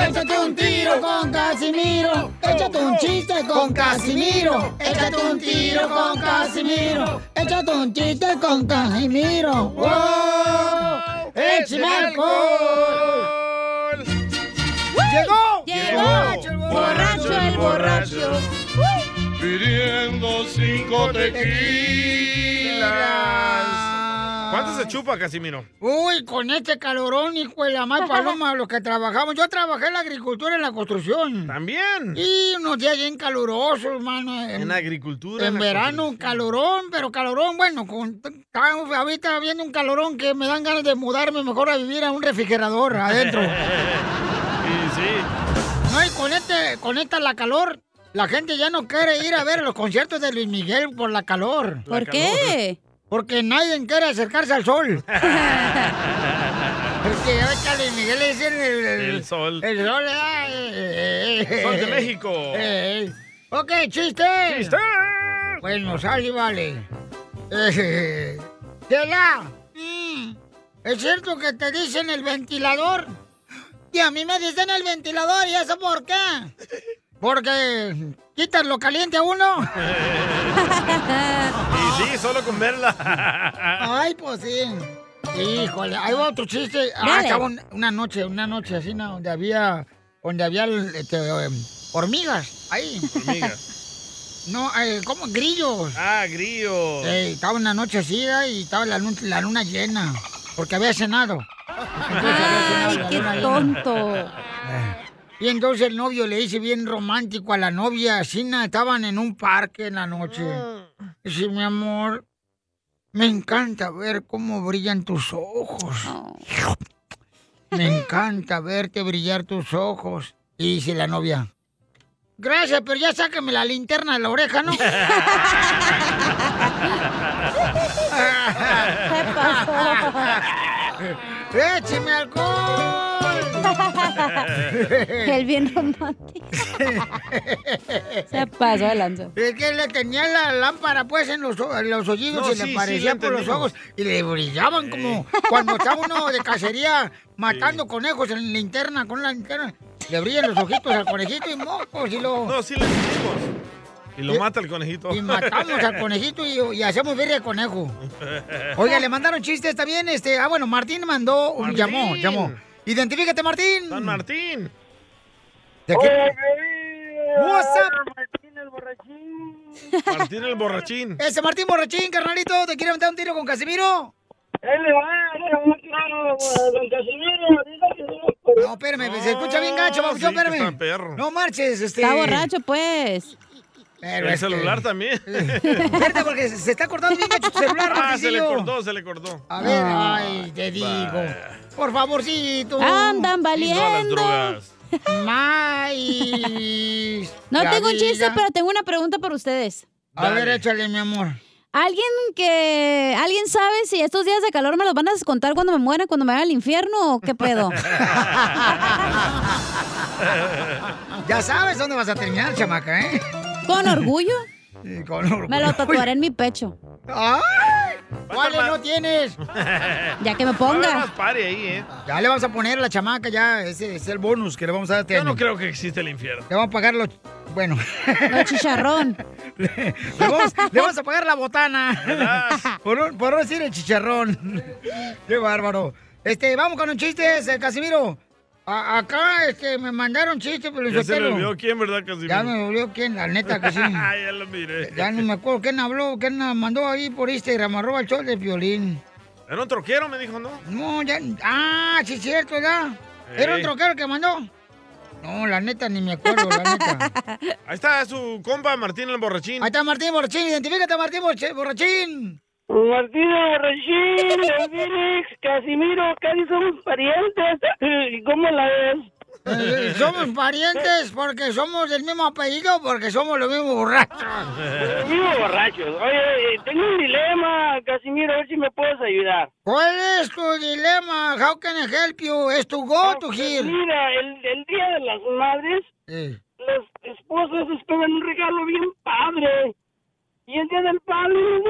Speaker 12: Échate un tiro con Casimiro. Échate un chiste con Casimiro. Échate un tiro con Casimiro. Échate un chiste con Casimiro. ¡Wow! ¡Échame alcohol!
Speaker 1: ¡Llegó!
Speaker 12: ¡Llegó! ¡Borracho el borracho!
Speaker 2: Pidiendo cinco tequilas. ¿Cuánto se chupa, Casimiro?
Speaker 1: Uy, con este calorón, hijo de la mal paloma, los que trabajamos. Yo trabajé en la agricultura y en la construcción.
Speaker 2: También.
Speaker 1: Y unos días bien calurosos, hermano.
Speaker 2: En agricultura.
Speaker 1: En
Speaker 2: la
Speaker 1: verano, calorón, pero calorón, bueno, con, estamos ahorita viendo un calorón que me dan ganas de mudarme mejor a vivir a un refrigerador adentro.
Speaker 2: sí, sí.
Speaker 1: No, y con este, con esta la calor, La gente ya no quiere ir a ver los conciertos de Luis Miguel por la calor.
Speaker 3: ¿Por La qué?
Speaker 1: Porque nadie quiere acercarse al sol. Porque ya ves que a Luis Miguel es el,
Speaker 2: El sol.
Speaker 1: El sol, ay, eh, eh,
Speaker 2: Sol de
Speaker 1: eh,
Speaker 2: México.
Speaker 1: eh. Ok, chiste. Chiste. Bueno, sal y vale. Eh, Tela, mm, ¿es cierto que te dicen el ventilador? Y a mí me dicen el ventilador, ¿y eso por qué? Porque quitas lo caliente a uno.
Speaker 2: y sí, solo con verla.
Speaker 1: Ay, pues sí. Híjole, hay otro chiste. Ah,
Speaker 2: Dale.
Speaker 1: estaba un- una noche, una noche así, ¿no? Donde había, donde había este, em, hormigas ahí. Hormigas. No, eh, ¿cómo? Grillos. Ah, grillos. estaba una noche así ¿eh? y estaba la, lun- la luna llena, porque había cenado.
Speaker 3: Ay, qué tonto.
Speaker 1: Y entonces el novio le dice bien romántico a la novia, Sina, estaban en un parque en la noche.
Speaker 3: Mm.
Speaker 1: Dice, mi amor, me encanta ver cómo brillan tus ojos.
Speaker 3: Oh.
Speaker 1: Me encanta verte brillar tus ojos. Y dice la novia, gracias, pero ya sáqueme la linterna de la oreja, ¿no? ¡Écheme alcohol!
Speaker 3: El bien romántico. Se pasó de lanza.
Speaker 1: Es que le tenía la lámpara pues en los, o- en los oídos
Speaker 3: No,
Speaker 1: y
Speaker 3: sí, sí,
Speaker 1: le
Speaker 3: la
Speaker 1: parecía por los
Speaker 3: entendimos.
Speaker 1: ojos y le brillaban como cuando está uno de cacería matando conejos en linterna con la linterna. Le brillan los ojitos al conejito y mocos y lo... No, sí le
Speaker 2: Y lo mata el conejito.
Speaker 1: Y matamos al conejito y, y hacemos birria de conejo. Oiga, le mandaron chistes también, este... Ah, bueno, Martín mandó... un- Llamó,
Speaker 2: Martín.
Speaker 1: llamó. Identifícate, Martín. San Martín. ¿De qué?
Speaker 2: Oye, eh,
Speaker 1: What's up?
Speaker 2: Martín el borrachín.
Speaker 1: Ese Martín Borrachín, carnalito, ¿te quiere aventar un tiro con Casimiro? Él le va, don Casimiro. No, espérame, pues, se escucha bien gacho, vamos,
Speaker 2: Ah, sí, que
Speaker 1: espérame.
Speaker 2: está perro.
Speaker 1: No marches, este.
Speaker 3: Está borracho, pues.
Speaker 2: El celular también.
Speaker 1: Espérate, porque se se está cortando bien gacho tu celular,
Speaker 2: Ah, se le
Speaker 1: Martincillo.
Speaker 2: cortó, se le cortó. Ah,
Speaker 1: A ver, ay, te digo. Por favorcito.
Speaker 3: Andan valiendo.
Speaker 2: Todas las drogas.
Speaker 1: Maíz.
Speaker 3: No
Speaker 1: La
Speaker 3: tengo un chiste,
Speaker 1: vida.
Speaker 3: pero tengo una pregunta para ustedes.
Speaker 1: A ver, échale, mi amor.
Speaker 3: ¿Alguien que... ¿Alguien sabe si estos días de calor me los van a contar cuando me muera, cuando me vaya al infierno o qué pedo?
Speaker 1: Ya sabes dónde vas a terminar, chamaca, ¿eh?
Speaker 3: Con orgullo.
Speaker 1: Y Con orgullo.
Speaker 3: Me lo tatuaré en mi pecho.
Speaker 1: ¡Ay! ¿Cuáles no tienes?
Speaker 3: Ya que me ponga.
Speaker 2: Más pare ahí, ¿eh?
Speaker 1: Ya le vamos a poner a la chamaca, ya. Ese es el bonus que le vamos a dar. a este
Speaker 2: Yo no
Speaker 1: año.
Speaker 2: creo que existe el infierno.
Speaker 1: Le vamos a pagar los. Bueno. Los chicharrón. Le, le vamos, le vamos a pagar la botana. Por, no- por no decir el chicharrón. Qué bárbaro. Este, vamos con un chiste, ese, Casimiro. A- acá este, me mandaron chistes, pero
Speaker 2: Ya se le olvidó quién, ¿verdad, Casimiro?
Speaker 1: Ya me olvidó quién, la neta que sí.
Speaker 2: ya lo miré.
Speaker 1: Ya no me acuerdo quién habló, quién la mandó ahí por Instagram, arroba el show de violín.
Speaker 2: Era un troquero, me dijo, ¿no?
Speaker 1: No, ya. Ah, sí, es cierto, ¿verdad? ¿Era
Speaker 2: Ey.
Speaker 1: un troquero que mandó? No, la neta, ni me acuerdo, la neta.
Speaker 2: Ahí está su compa Martín el borrachín.
Speaker 1: Ahí está Martín Borrachín, identifícate Martín Borche- Borrachín.
Speaker 11: Martín Borrachín, el Félix, Casimiro, casi somos parientes. ¿Y ¿Cómo la ves?
Speaker 1: Eh, somos parientes porque somos del mismo apellido, porque somos los mismos borrachos.
Speaker 11: Vivo borrachos. Oye, eh, tengo un dilema, Casimiro, a ver si me puedes ayudar.
Speaker 1: ¿Cuál es tu dilema? How can I help you? ¿Es tu go to here?
Speaker 11: pues Mira, el, el Día de las Madres,
Speaker 1: Eh,
Speaker 11: las esposas esperan un regalo bien padre. Y el Día del Padre
Speaker 2: Pues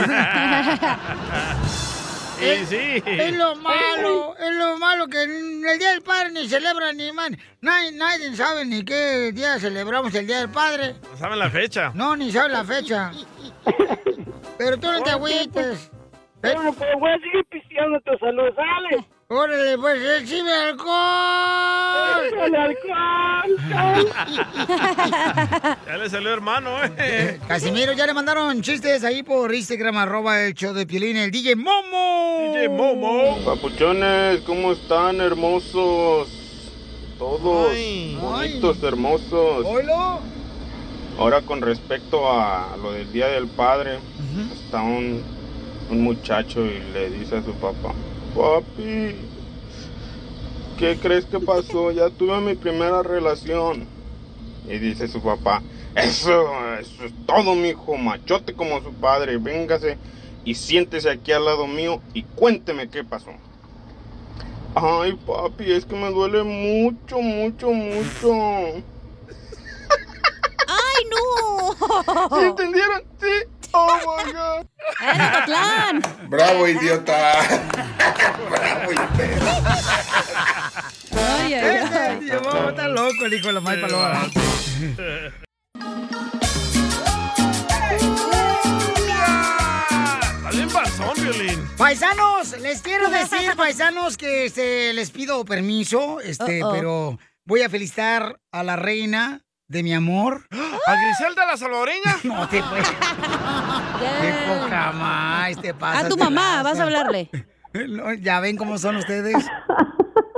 Speaker 11: nos dan pura madre.
Speaker 2: Y sí.
Speaker 1: Eh, Es lo malo, es lo malo que en el Día del Padre ni celebra ni man. Nadie, nadie sabe ni qué día celebramos el Día del Padre.
Speaker 2: No saben la fecha.
Speaker 1: No, ni sabe la fecha. Pero tú no te agüites.
Speaker 11: Bueno, pues voy a seguir pisteando tu salud, ¿sale?
Speaker 1: Órale, pues recibe alcohol.
Speaker 11: ¡Échale alcohol!
Speaker 2: Ya le salió hermano, ¿eh?
Speaker 1: Casimiro, ya le mandaron chistes ahí por Instagram, arroba el show de Piolín, el DJ Momo. DJ
Speaker 2: Momo.
Speaker 17: Papuchones, ¿cómo están, hermosos? Todos bonitos, hermosos.
Speaker 1: Hola.
Speaker 17: Ahora con respecto a lo del Día del Padre, está un, un muchacho y le dice a su papá, papi, ¿qué crees que pasó? Ya tuve mi primera relación. Y dice su papá, eso, eso es todo, mijo, machote como su padre, véngase y siéntese aquí al lado mío y cuénteme qué pasó. Ay, papi, es que me duele mucho, mucho, mucho.
Speaker 15: ¡Ay, no!
Speaker 17: ¿Sí entendieron? Sí. ¡Oh, my God!
Speaker 18: ¡Bravo, idiota!
Speaker 1: Ay, ay, Está loco el hijo de la May Paloma.
Speaker 2: Está bien panzón, Violín.
Speaker 1: Paisanos, les quiero decir, paisanos, que este, les pido permiso, este,
Speaker 2: Uh-oh.
Speaker 1: pero voy a felicitar a la reina de mi amor.
Speaker 2: ¿A Griselda la salvadoreña?
Speaker 1: No te puedes. Qué poca más te pasa.
Speaker 3: A tu mamá, vas a hablarle.
Speaker 1: ya ven cómo son ustedes.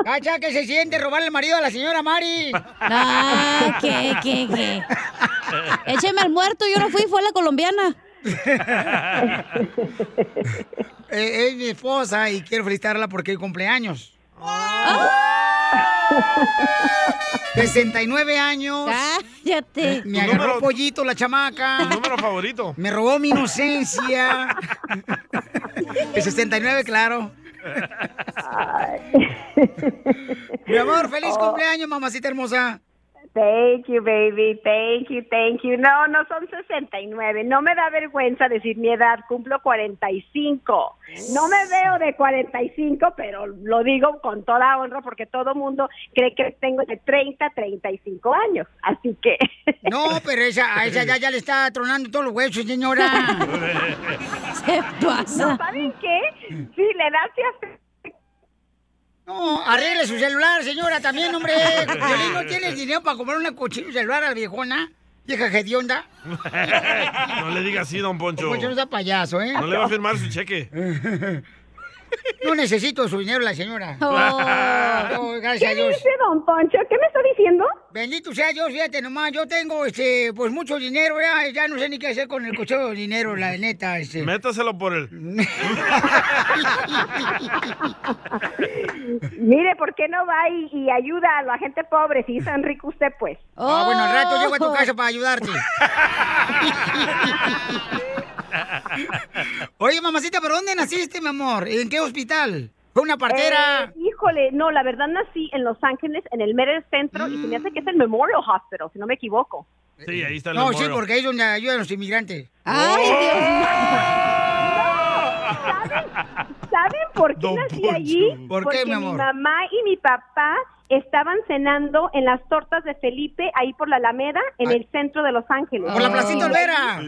Speaker 1: Cacha, que se siente robarle el marido a la señora Mari.
Speaker 3: Ah, qué, qué, qué. Écheme al muerto, yo no fui, fue la colombiana.
Speaker 1: Eh, es mi esposa y quiero felicitarla porque hoy cumpleaños.
Speaker 2: ¡Ah!
Speaker 1: 69 años.
Speaker 3: Cállate.
Speaker 1: Me
Speaker 2: Tu
Speaker 1: agarró
Speaker 2: número-
Speaker 1: pollito la chamaca.
Speaker 2: Número favorito.
Speaker 1: Me robó mi inocencia. El 69, claro. Mi amor, feliz cumpleaños, mamacita hermosa.
Speaker 19: Oh. Thank you, baby. Thank you, thank you. No, no son 69. No me da vergüenza decir mi edad. Cumplo 45. No me veo de 45, pero lo digo con toda honra porque todo mundo cree que tengo de 30 a 35 años. Así que.
Speaker 1: No, pero esa, a esa ya, ya le está tronando todos los huesos, señora.
Speaker 3: ¿Qué
Speaker 19: No, ¿Saben qué? Sí, le das
Speaker 1: No, arregle su celular, señora, también, hombre. Violín, ¿no tienes dinero para comprar una cuchilla celular a la viejona? Vieja hedionda.
Speaker 2: no le diga así, don Poncho.
Speaker 1: Pues yo no sea payaso, ¿eh?
Speaker 2: No le va a firmar su cheque.
Speaker 1: No necesito su dinero la señora.
Speaker 2: Oh.
Speaker 1: Oh, gracias a
Speaker 2: ¿Qué
Speaker 1: Dios.
Speaker 2: dice,
Speaker 19: don Poncho? ¿Qué me está diciendo?
Speaker 1: Bendito sea Dios, fíjate nomás, yo tengo este, pues mucho dinero, ya, ya no sé ni qué hacer con el cocheo de dinero, la neta, este.
Speaker 2: Métaselo por él.
Speaker 19: Mire, ¿por qué no va y, y ayuda a la gente pobre? Si es tan rico usted, pues.
Speaker 1: Ah, bueno, al rato llego a
Speaker 19: Oh.
Speaker 1: tu casa para ayudarte. Oye, mamacita, ¿pero dónde naciste, mi amor? ¿En qué hospital? ¿Fue una partera?
Speaker 19: Eh, híjole, no, la verdad nací en Los Ángeles, en el Meret Centro, y se me hace que es el Memorial Hospital, si no me equivoco.
Speaker 2: Eh, Sí, ahí está el
Speaker 1: no, sí,
Speaker 2: memorial.
Speaker 1: porque ahí es donde ayudan los inmigrantes. Oh.
Speaker 19: ¡Ay, ¿Saben por qué
Speaker 1: Don
Speaker 19: nací
Speaker 1: Poncho.
Speaker 19: allí?
Speaker 1: ¿Por
Speaker 19: Porque
Speaker 1: qué, mi amor?
Speaker 19: mamá y mi papá estaban cenando en las tortas de Felipe, ahí por la Alameda, en el centro de Los Ángeles.
Speaker 1: Por la
Speaker 2: Oh.
Speaker 1: Placita Olvera.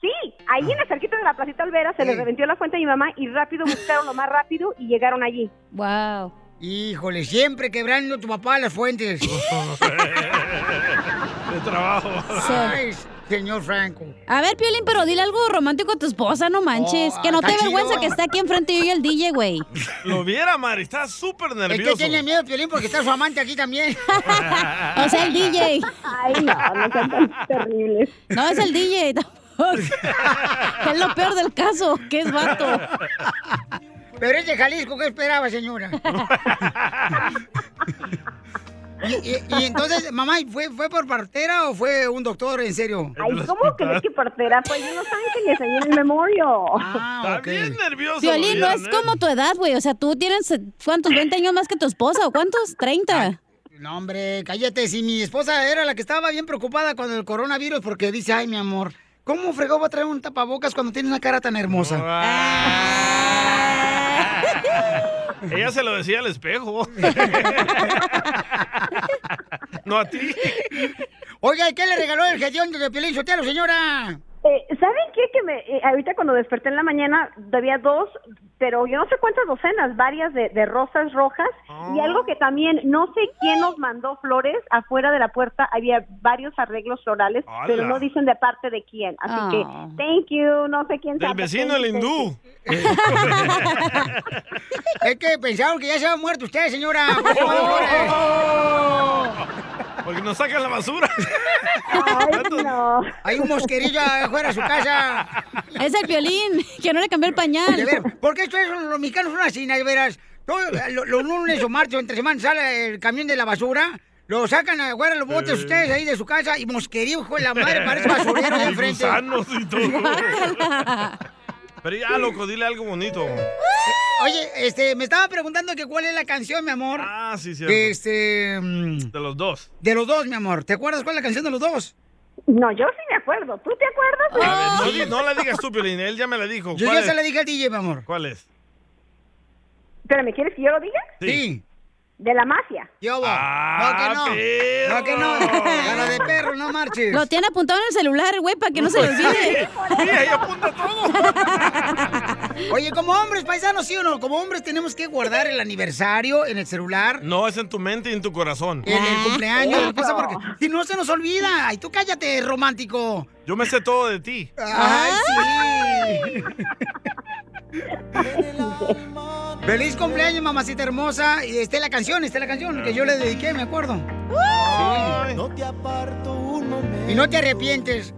Speaker 19: Sí, ahí en la cerquita de la Placita Olvera se les reventó la fuente a mi mamá y rápido buscaron lo más rápido y llegaron allí.
Speaker 3: Wow.
Speaker 1: Híjole, siempre quebrando tu papá las fuentes.
Speaker 2: De trabajo.
Speaker 1: Ay, señor Franco.
Speaker 3: A ver, Piolín, pero dile algo romántico a tu esposa, no manches.
Speaker 1: Oh,
Speaker 3: que no
Speaker 1: está
Speaker 3: te
Speaker 1: chido.
Speaker 3: vergüenza que está aquí enfrente yo y el DJ, güey.
Speaker 2: Lo viera, Mari. Está súper
Speaker 1: Es
Speaker 2: nervioso.
Speaker 1: que tiene miedo, Piolín, porque está su amante aquí también.
Speaker 3: O sea, el DJ.
Speaker 19: Ay, no, no son tan terribles.
Speaker 3: No, es el DJ. tampoco. es lo peor del caso, que es vato.
Speaker 1: Pero es de Jalisco, ¿qué esperaba, señora? y, y- y entonces, mamá, ¿y ¿fue, ¿fue por partera o fue un doctor, en serio?
Speaker 19: Ay, ¿cómo crees que partera? Fue allí en Los Ángeles, ahí en el Memorial.
Speaker 1: Ah,
Speaker 2: Bien nervioso.
Speaker 3: Piolín,
Speaker 2: lo
Speaker 3: no
Speaker 2: vieran,
Speaker 3: es
Speaker 2: ¿eh?
Speaker 3: como tu edad, güey. O sea, tú tienes, eh, ¿cuántos? ¿20 años más que tu esposa? ¿O cuántos? ¿30?
Speaker 1: No, hombre, cállate. Si mi esposa era la que estaba bien preocupada con el coronavirus porque dice, ay, mi amor, ¿cómo fregó va a traer un tapabocas cuando tiene una cara tan
Speaker 2: Ah,
Speaker 1: hermosa?
Speaker 2: Ella se lo decía al espejo. no a ti.
Speaker 1: Oiga, ¿y qué le regaló el gestión de Piolín Sotelo, señora?
Speaker 19: Eh, ¿Saben qué? Que me, eh, ahorita cuando desperté en la mañana había dos, pero yo no sé cuántas docenas, varias de, de rosas rojas.
Speaker 2: Ah.
Speaker 19: Y algo que también, no sé quién nos mandó flores, afuera de la puerta había varios arreglos florales,
Speaker 2: ¡Hala!
Speaker 19: pero no dicen de parte de quién. Así
Speaker 2: Ah.
Speaker 19: que, thank you, no sé quién
Speaker 2: Del
Speaker 19: sabe,
Speaker 2: vecino,
Speaker 19: thank
Speaker 2: el
Speaker 19: you, thank you.
Speaker 2: hindú.
Speaker 1: Es que pensaron que ya se había muerto usted, señora. Ah, Por eso mandó flores.
Speaker 2: Oh. Porque nos sacan la basura.
Speaker 1: Hay un mosquerillo afuera eh, de su casa.
Speaker 3: Es el violín, que no le cambió el pañal.
Speaker 1: De ver, porque esto es, los eh, mexicanos son así, de veras. Todo- lo- Los lunes o martes o entre semanas sale el camión de la basura Lo sacan afuera los botes
Speaker 2: Eh.
Speaker 1: ustedes ahí de su casa y mosquerío, hijo de la madre, parece basurero ahí
Speaker 2: Y
Speaker 1: enfrente.
Speaker 2: gusanos y todo. Pero ya, loco, dile algo bonito.
Speaker 1: Oye, este, me estaba preguntando que cuál es la canción, mi amor.
Speaker 2: Ah, sí, cierto.
Speaker 1: Que este. mm,
Speaker 2: De los dos.
Speaker 1: De los dos, mi amor. ¿Te acuerdas cuál es la canción de los dos?
Speaker 19: No, yo sí me acuerdo. ¿Tú te acuerdas?
Speaker 2: A ver, no, di- no la digas tú, Piolín, él ya me la dijo.
Speaker 1: Ah. Yo
Speaker 2: ¿Cuál
Speaker 1: ya
Speaker 2: es?
Speaker 1: se la dije al DJ, mi amor.
Speaker 2: ¿Cuál es?
Speaker 19: Espérame, ¿quieres que yo lo diga?
Speaker 1: Sí.
Speaker 19: De la mafia.
Speaker 1: Yo voy.
Speaker 2: Ah,
Speaker 1: no, que no. No, que no. Cara de perro, no marches.
Speaker 3: Lo tiene apuntado en el celular, güey, para que no se le olvide.
Speaker 1: Oye, como hombres, paisanos, sí o no, como hombres tenemos que guardar el aniversario en el celular.
Speaker 2: No, es en tu mente y en tu corazón. Oh.
Speaker 1: En
Speaker 3: Ah,
Speaker 1: el cumpleaños, lo que pasa porque si no se nos olvida. Ay, tú cállate, romántico.
Speaker 2: Yo me sé todo de ti.
Speaker 1: Ay,
Speaker 3: Ah.
Speaker 1: sí. Feliz cumpleaños, mamacita hermosa. Y está la canción, está la canción que yo le dediqué, me acuerdo.
Speaker 15: No te aparto un
Speaker 1: Y no te arrepientes.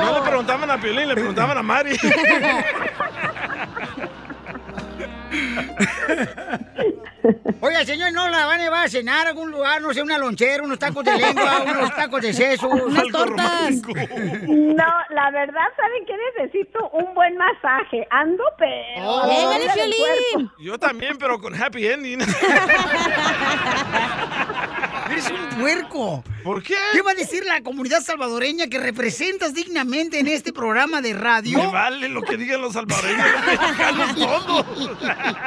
Speaker 2: no. le preguntaban a Piolín, le preguntaban a Mari.
Speaker 1: Oiga, señor, no la van a llevar a cenar a algún lugar, no sé, una lonchera, unos tacos de lengua, unos tacos de seso, unas tortas.
Speaker 19: No, la verdad, ¿saben qué? Necesito un buen masaje. Ando, pero...
Speaker 2: Légale,
Speaker 19: Ando del cuerpo.
Speaker 2: Yo también, pero con happy ending.
Speaker 1: Eres un puerco.
Speaker 2: ¿Por qué?
Speaker 1: ¿Qué va a decir la comunidad salvadoreña que representas dignamente en este programa de radio?
Speaker 2: Me vale lo que digan los salvadoreños, los mexicanos todos.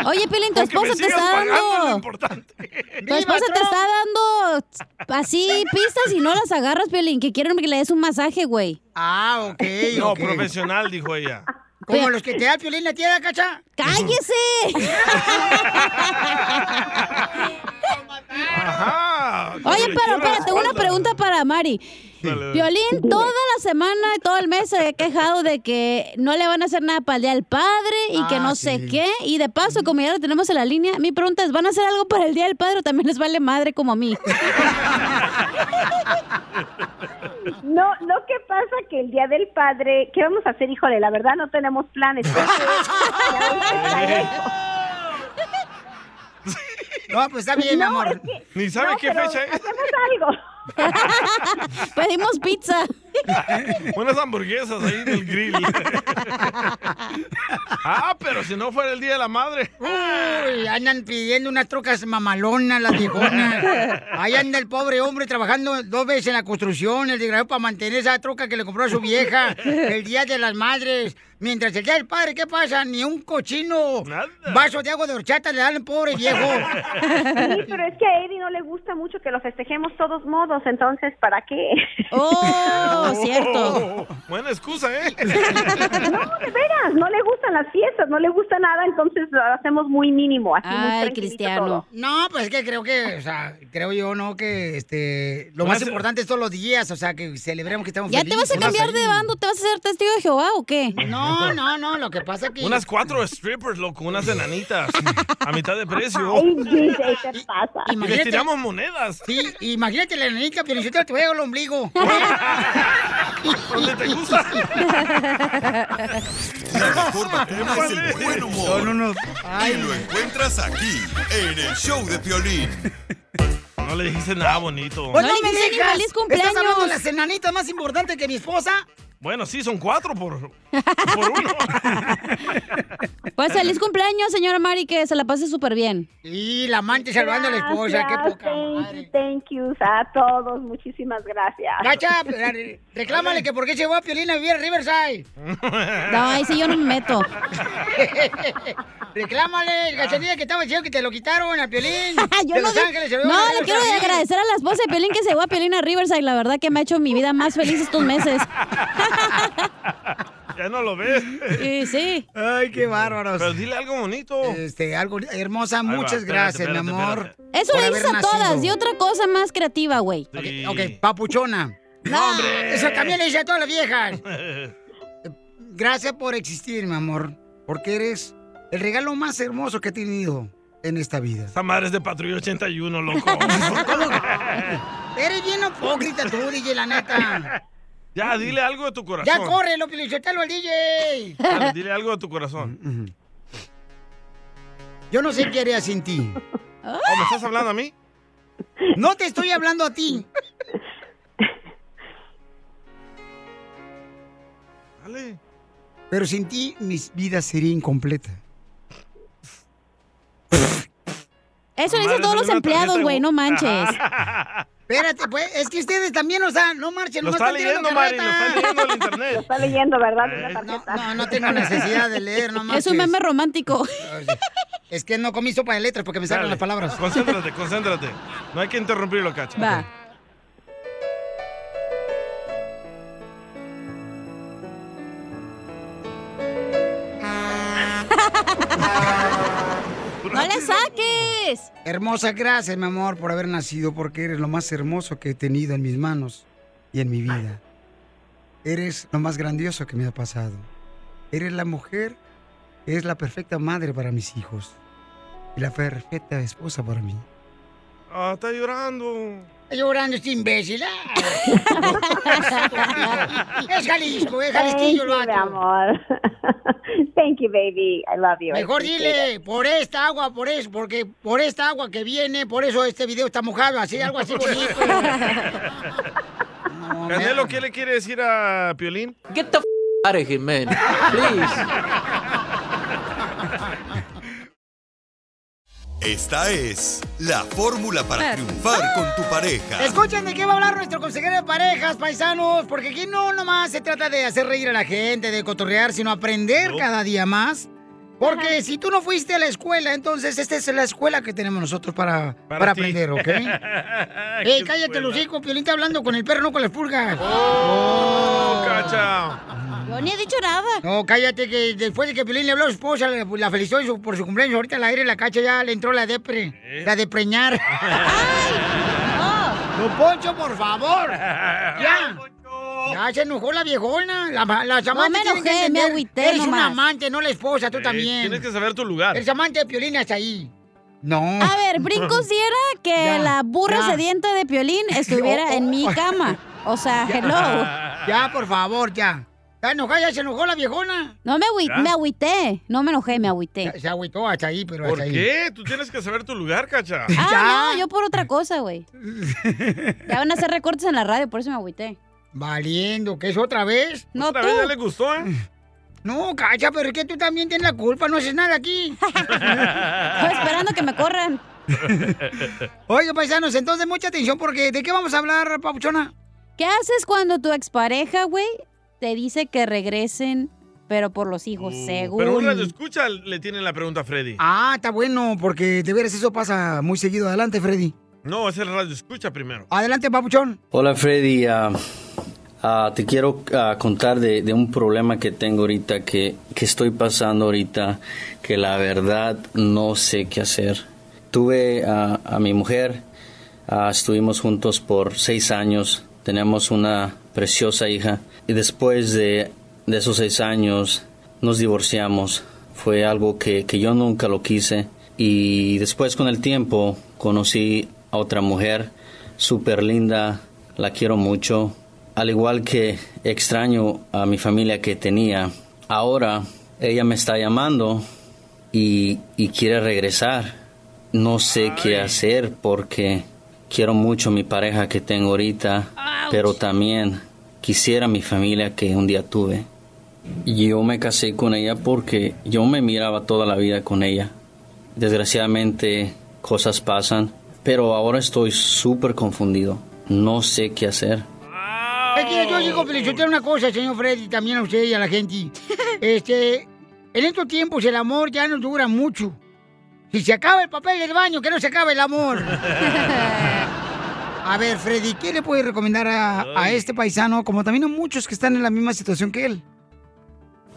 Speaker 3: Oye, Pelín, tu
Speaker 2: Con que me
Speaker 3: esposa te
Speaker 2: sigas
Speaker 3: está
Speaker 2: pagando es lo
Speaker 3: dando.
Speaker 2: importante.
Speaker 19: Pues,
Speaker 3: Tu esposa te está dando así pistas y no las agarras, Pelín, que quieren que le des un masaje, güey.
Speaker 1: Ah, ok.
Speaker 2: No,
Speaker 1: ok.
Speaker 2: profesional, dijo ella.
Speaker 1: Como los que te da el piolín la tierra, cacha.
Speaker 3: ¡Cállese! Oye, pero espérate, tengo una pregunta para Mari. Violín, toda la semana y todo el mes se ha quejado de que no le van a hacer nada para el día del padre y
Speaker 1: Ah,
Speaker 3: que no sé qué. Y de paso, como ya lo tenemos en la línea, mi pregunta es: ¿van a hacer algo para el día del padre o también les vale madre como a mí?
Speaker 19: No, lo que pasa que el Día del Padre, ¿qué vamos a hacer? Híjole, la verdad no tenemos planes.
Speaker 1: No, pues está bien,
Speaker 19: No,
Speaker 1: amor.
Speaker 19: es que-
Speaker 2: Ni sabe
Speaker 19: no,
Speaker 2: qué
Speaker 19: pero
Speaker 2: fecha es.
Speaker 19: Hacemos algo.
Speaker 3: Pedimos pizza.
Speaker 2: Unas hamburguesas ahí en el grill. ah, pero si no fuera el Día de la Madre.
Speaker 1: Uy, andan pidiendo unas trocas mamalonas, las viejonas. Ahí anda el pobre hombre trabajando dos veces en la construcción, el desgraciado para mantener esa troca que le compró a su vieja el día de las madres. Mientras el día del padre, ¿qué pasa? Ni un cochino vaso de agua de horchata le dan al pobre viejo.
Speaker 19: Sí, pero es que a Eddie no le gusta mucho que lo festejemos todos modos, entonces, ¿para qué?
Speaker 2: Oh,
Speaker 3: Oh,
Speaker 2: Buena excusa, ¿eh?
Speaker 19: No, de veras, no le gustan las fiestas, no le gusta nada, entonces lo hacemos muy mínimo. Así muy tranquilito todo.
Speaker 1: No, pues es que creo que, o sea, creo yo, ¿no? Que este, lo más
Speaker 3: Una ce-
Speaker 1: importante es todos los días, o sea, que celebremos que estamos
Speaker 3: ¿Ya te
Speaker 1: felices.
Speaker 3: vas a cambiar de bando? ¿Te vas a hacer testigo de Jehová o qué?
Speaker 1: No, no, no, lo que pasa es que...
Speaker 2: Unas cuatro strippers, loco, unas enanitas. A mitad de precio.
Speaker 19: ¿qué pasa?
Speaker 2: Y les tiramos monedas.
Speaker 1: Sí, imagínate la nenita, pero yo te voy a el ombligo.
Speaker 2: ¿Dónde te gusta?
Speaker 4: La mejor vacuna es el buen humor. Y lo encuentras aquí, en el show de Piolín.
Speaker 2: No le dijiste nada bonito.
Speaker 1: Pues no, me digas, Estás hablando de las enanitas más importantes que mi esposa.
Speaker 2: Bueno, sí, son cuatro por...
Speaker 3: Pues feliz cumpleaños, señora Mari, que se la pase súper bien.
Speaker 1: Y la amante salvando a la esposa, qué
Speaker 19: Gracias,
Speaker 1: poca
Speaker 19: thank you, thank you a todos, muchísimas gracias.
Speaker 1: Cacha, pues, re- reclámale que por qué llevó a Piolina a vivir a Riverside.
Speaker 3: No, ahí sí yo no me meto.
Speaker 1: reclámale, el cachanilla que estaba diciendo que te lo quitaron a Piolín.
Speaker 3: Yo
Speaker 1: de
Speaker 3: no,
Speaker 1: Los
Speaker 3: di-
Speaker 1: Ángeles. se lo
Speaker 3: no,
Speaker 1: llevaron a
Speaker 3: le quiero
Speaker 1: Riverside.
Speaker 3: agradecer a la esposa de Pelín que se llevó a Pelín a Riverside. La verdad que me ha hecho mi vida más feliz estos meses.
Speaker 2: Ya no lo ves.
Speaker 3: Sí, sí.
Speaker 1: Ay, qué bárbaros.
Speaker 2: Pero dile algo bonito.
Speaker 1: Este, algo hermosa,
Speaker 2: va,
Speaker 1: muchas
Speaker 2: espérate,
Speaker 1: gracias,
Speaker 2: espérate,
Speaker 1: mi amor.
Speaker 2: espérate.
Speaker 3: Eso
Speaker 1: por
Speaker 3: le
Speaker 1: haber
Speaker 3: dices a
Speaker 1: nacido.
Speaker 3: todas. Y otra cosa más creativa, güey.
Speaker 1: Ok, papuchona. No,
Speaker 2: hombre.
Speaker 1: Eso también le dice a todas las viejas. Gracias por existir, mi amor. Porque eres el regalo más hermoso que he tenido en esta vida.
Speaker 2: Esta madre es de Patrulla 81, loco.
Speaker 1: Eres bien hipócrita tú, DJ, la neta.
Speaker 2: Ya, dile algo de tu corazón.
Speaker 1: Ya corre, lo pilichotelo al DJ.
Speaker 2: Dale, dile algo de tu
Speaker 1: Mm,
Speaker 2: corazón.
Speaker 1: Yo no sé qué haría sin ti.
Speaker 3: Ah.
Speaker 2: ¿me estás hablando a mí?
Speaker 1: No te estoy hablando a ti.
Speaker 2: Dale.
Speaker 1: Pero sin ti, mi vida sería incompleta.
Speaker 3: Eso le dicen todos los empleados, güey, no manches.
Speaker 1: Espérate, pues, es que ustedes también, o sea, no marchen,
Speaker 2: Lo
Speaker 1: no
Speaker 2: está
Speaker 1: están tirando
Speaker 2: leyendo, Mari, lo
Speaker 1: carreta.
Speaker 2: está leyendo el internet. Lo
Speaker 19: está leyendo, ¿verdad?
Speaker 1: No, no tengo necesidad de leer, no
Speaker 3: Es un
Speaker 1: marches.
Speaker 3: meme romántico.
Speaker 1: Es que no comí sopa de letras porque me salen las palabras.
Speaker 2: Concéntrate, concéntrate. No hay que interrumpirlo, Cacha.
Speaker 3: ¡No le saques!
Speaker 1: Hermosa, gracias, mi amor, por haber nacido, porque eres lo más hermoso que he tenido en mis manos y en mi vida. Eres lo más grandioso que me ha pasado. Eres la mujer que es la perfecta madre para mis hijos y la perfecta esposa para mí.
Speaker 2: Ah, está llorando.
Speaker 1: Está llorando este imbécil. Es Jalisco, es
Speaker 19: Thank
Speaker 1: Jalisquillo,
Speaker 19: you,
Speaker 1: lo
Speaker 19: mi amor. Thank you, baby. I love you. I
Speaker 1: Mejor
Speaker 19: appreciate
Speaker 1: dile,
Speaker 19: it.
Speaker 1: por esta agua, por eso, porque por esta agua que viene, por eso este video está mojado, así, algo así bonito.
Speaker 2: Canelo, ¿qué le quiere decir a Piolín?
Speaker 15: Get the f out of here, man. Please.
Speaker 4: Esta es la fórmula para triunfar con tu pareja.
Speaker 1: Escuchen de qué va a hablar nuestro consejero de parejas, paisanos, porque aquí no nomás se trata de hacer reír a la gente, de cotorrear, sino aprender cada día más. Porque si tú no fuiste a la escuela, entonces esta es la escuela que tenemos nosotros para, para,
Speaker 2: ti.
Speaker 1: aprender, ¿ok? ¡Ey, Eh, cállate, Lucico! Piolín está hablando con el perro, no con las pulgas.
Speaker 2: ¡Oh, cacha!
Speaker 1: Yo ni he dicho nada. No, cállate, que después de que Piolín le habló a su esposa, la, la felicitó en su- por su cumpleaños. Ahorita al aire la cacha ya le entró la depre,
Speaker 2: ¿Eh?
Speaker 1: la de preñar. ¡Ay! ¡No, Poncho, por favor! ¡Ya! Ya se enojó la viejona. La, la
Speaker 3: No me
Speaker 1: amante tiene
Speaker 3: enojé,
Speaker 1: que
Speaker 3: me
Speaker 1: entender.
Speaker 3: agüité
Speaker 1: Eres una
Speaker 3: nomás.
Speaker 1: amante, no la esposa, tú
Speaker 2: Eh,
Speaker 1: también.
Speaker 2: Tienes que saber tu lugar.
Speaker 1: El amante de Piolín hasta ahí. No.
Speaker 3: A ver, brincos diera que
Speaker 1: Ya,
Speaker 3: la burra
Speaker 1: ya.
Speaker 3: sedienta de Piolín estuviera en mi cama. O sea,
Speaker 1: Ya.
Speaker 3: hello.
Speaker 1: Ya, por favor, ya. Está enojada, ya se enojó la viejona.
Speaker 3: No me, agüi-
Speaker 2: ¿Ya?
Speaker 3: me agüité, no me enojé, me agüité.
Speaker 1: Se agüitó hasta ahí, pero
Speaker 2: ¿Por qué? Tú tienes que saber tu lugar, cacha.
Speaker 3: Ah, no, yo por otra cosa, güey. Ya van a hacer recortes en la radio, por eso me agüité.
Speaker 1: Valiendo, ¿qué es otra vez?
Speaker 3: No, Otra tú. vez ya le
Speaker 2: gustó, ¿eh?
Speaker 1: No, cacha, pero es que tú también tienes la culpa, no haces nada aquí.
Speaker 19: Pues,
Speaker 3: Estoy esperando que me corran.
Speaker 1: Oiga, paisanos, entonces mucha atención porque ¿de qué vamos a hablar, Papuchona?
Speaker 3: ¿Qué haces cuando tu expareja, güey, te dice que regresen, pero por los hijos, según?
Speaker 2: Mm, Pero un radio escucha le tienen la pregunta a Freddy.
Speaker 1: Ah, está bueno, porque de veras eso pasa muy seguido. Adelante, Freddy.
Speaker 2: No, es el radio escucha primero.
Speaker 1: Adelante, Papuchón.
Speaker 20: Hola Freddy, ah, ah, te quiero ah, contar de, de un problema que tengo ahorita, que, que estoy pasando ahorita, que la verdad no sé qué hacer. Tuve ah, a mi mujer, ah, estuvimos juntos por seis años, tenemos una preciosa hija y después de, de esos seis años nos divorciamos. Fue algo que, que yo nunca lo quise y después con el tiempo conocí a otra mujer súper linda, la quiero mucho. Al igual que extraño a mi familia que tenía, ahora ella me está llamando y, y quiere regresar. No sé qué hacer porque quiero mucho mi pareja que tengo ahorita, pero también quisiera mi familia que un día tuve. Y Yo me casé con ella porque yo me miraba toda la vida con ella. Desgraciadamente cosas pasan, pero ahora estoy súper confundido. No sé qué hacer.
Speaker 1: Es que yo digo, felicitar una cosa, señor Freddy, también a usted y a la gente. Este, en estos tiempos el amor ya no dura mucho. Si se acaba el papel del baño, que no se acabe el amor. A ver, Freddy, ¿qué le puede recomendar a, a este paisano, como también a muchos que están en la misma situación que él?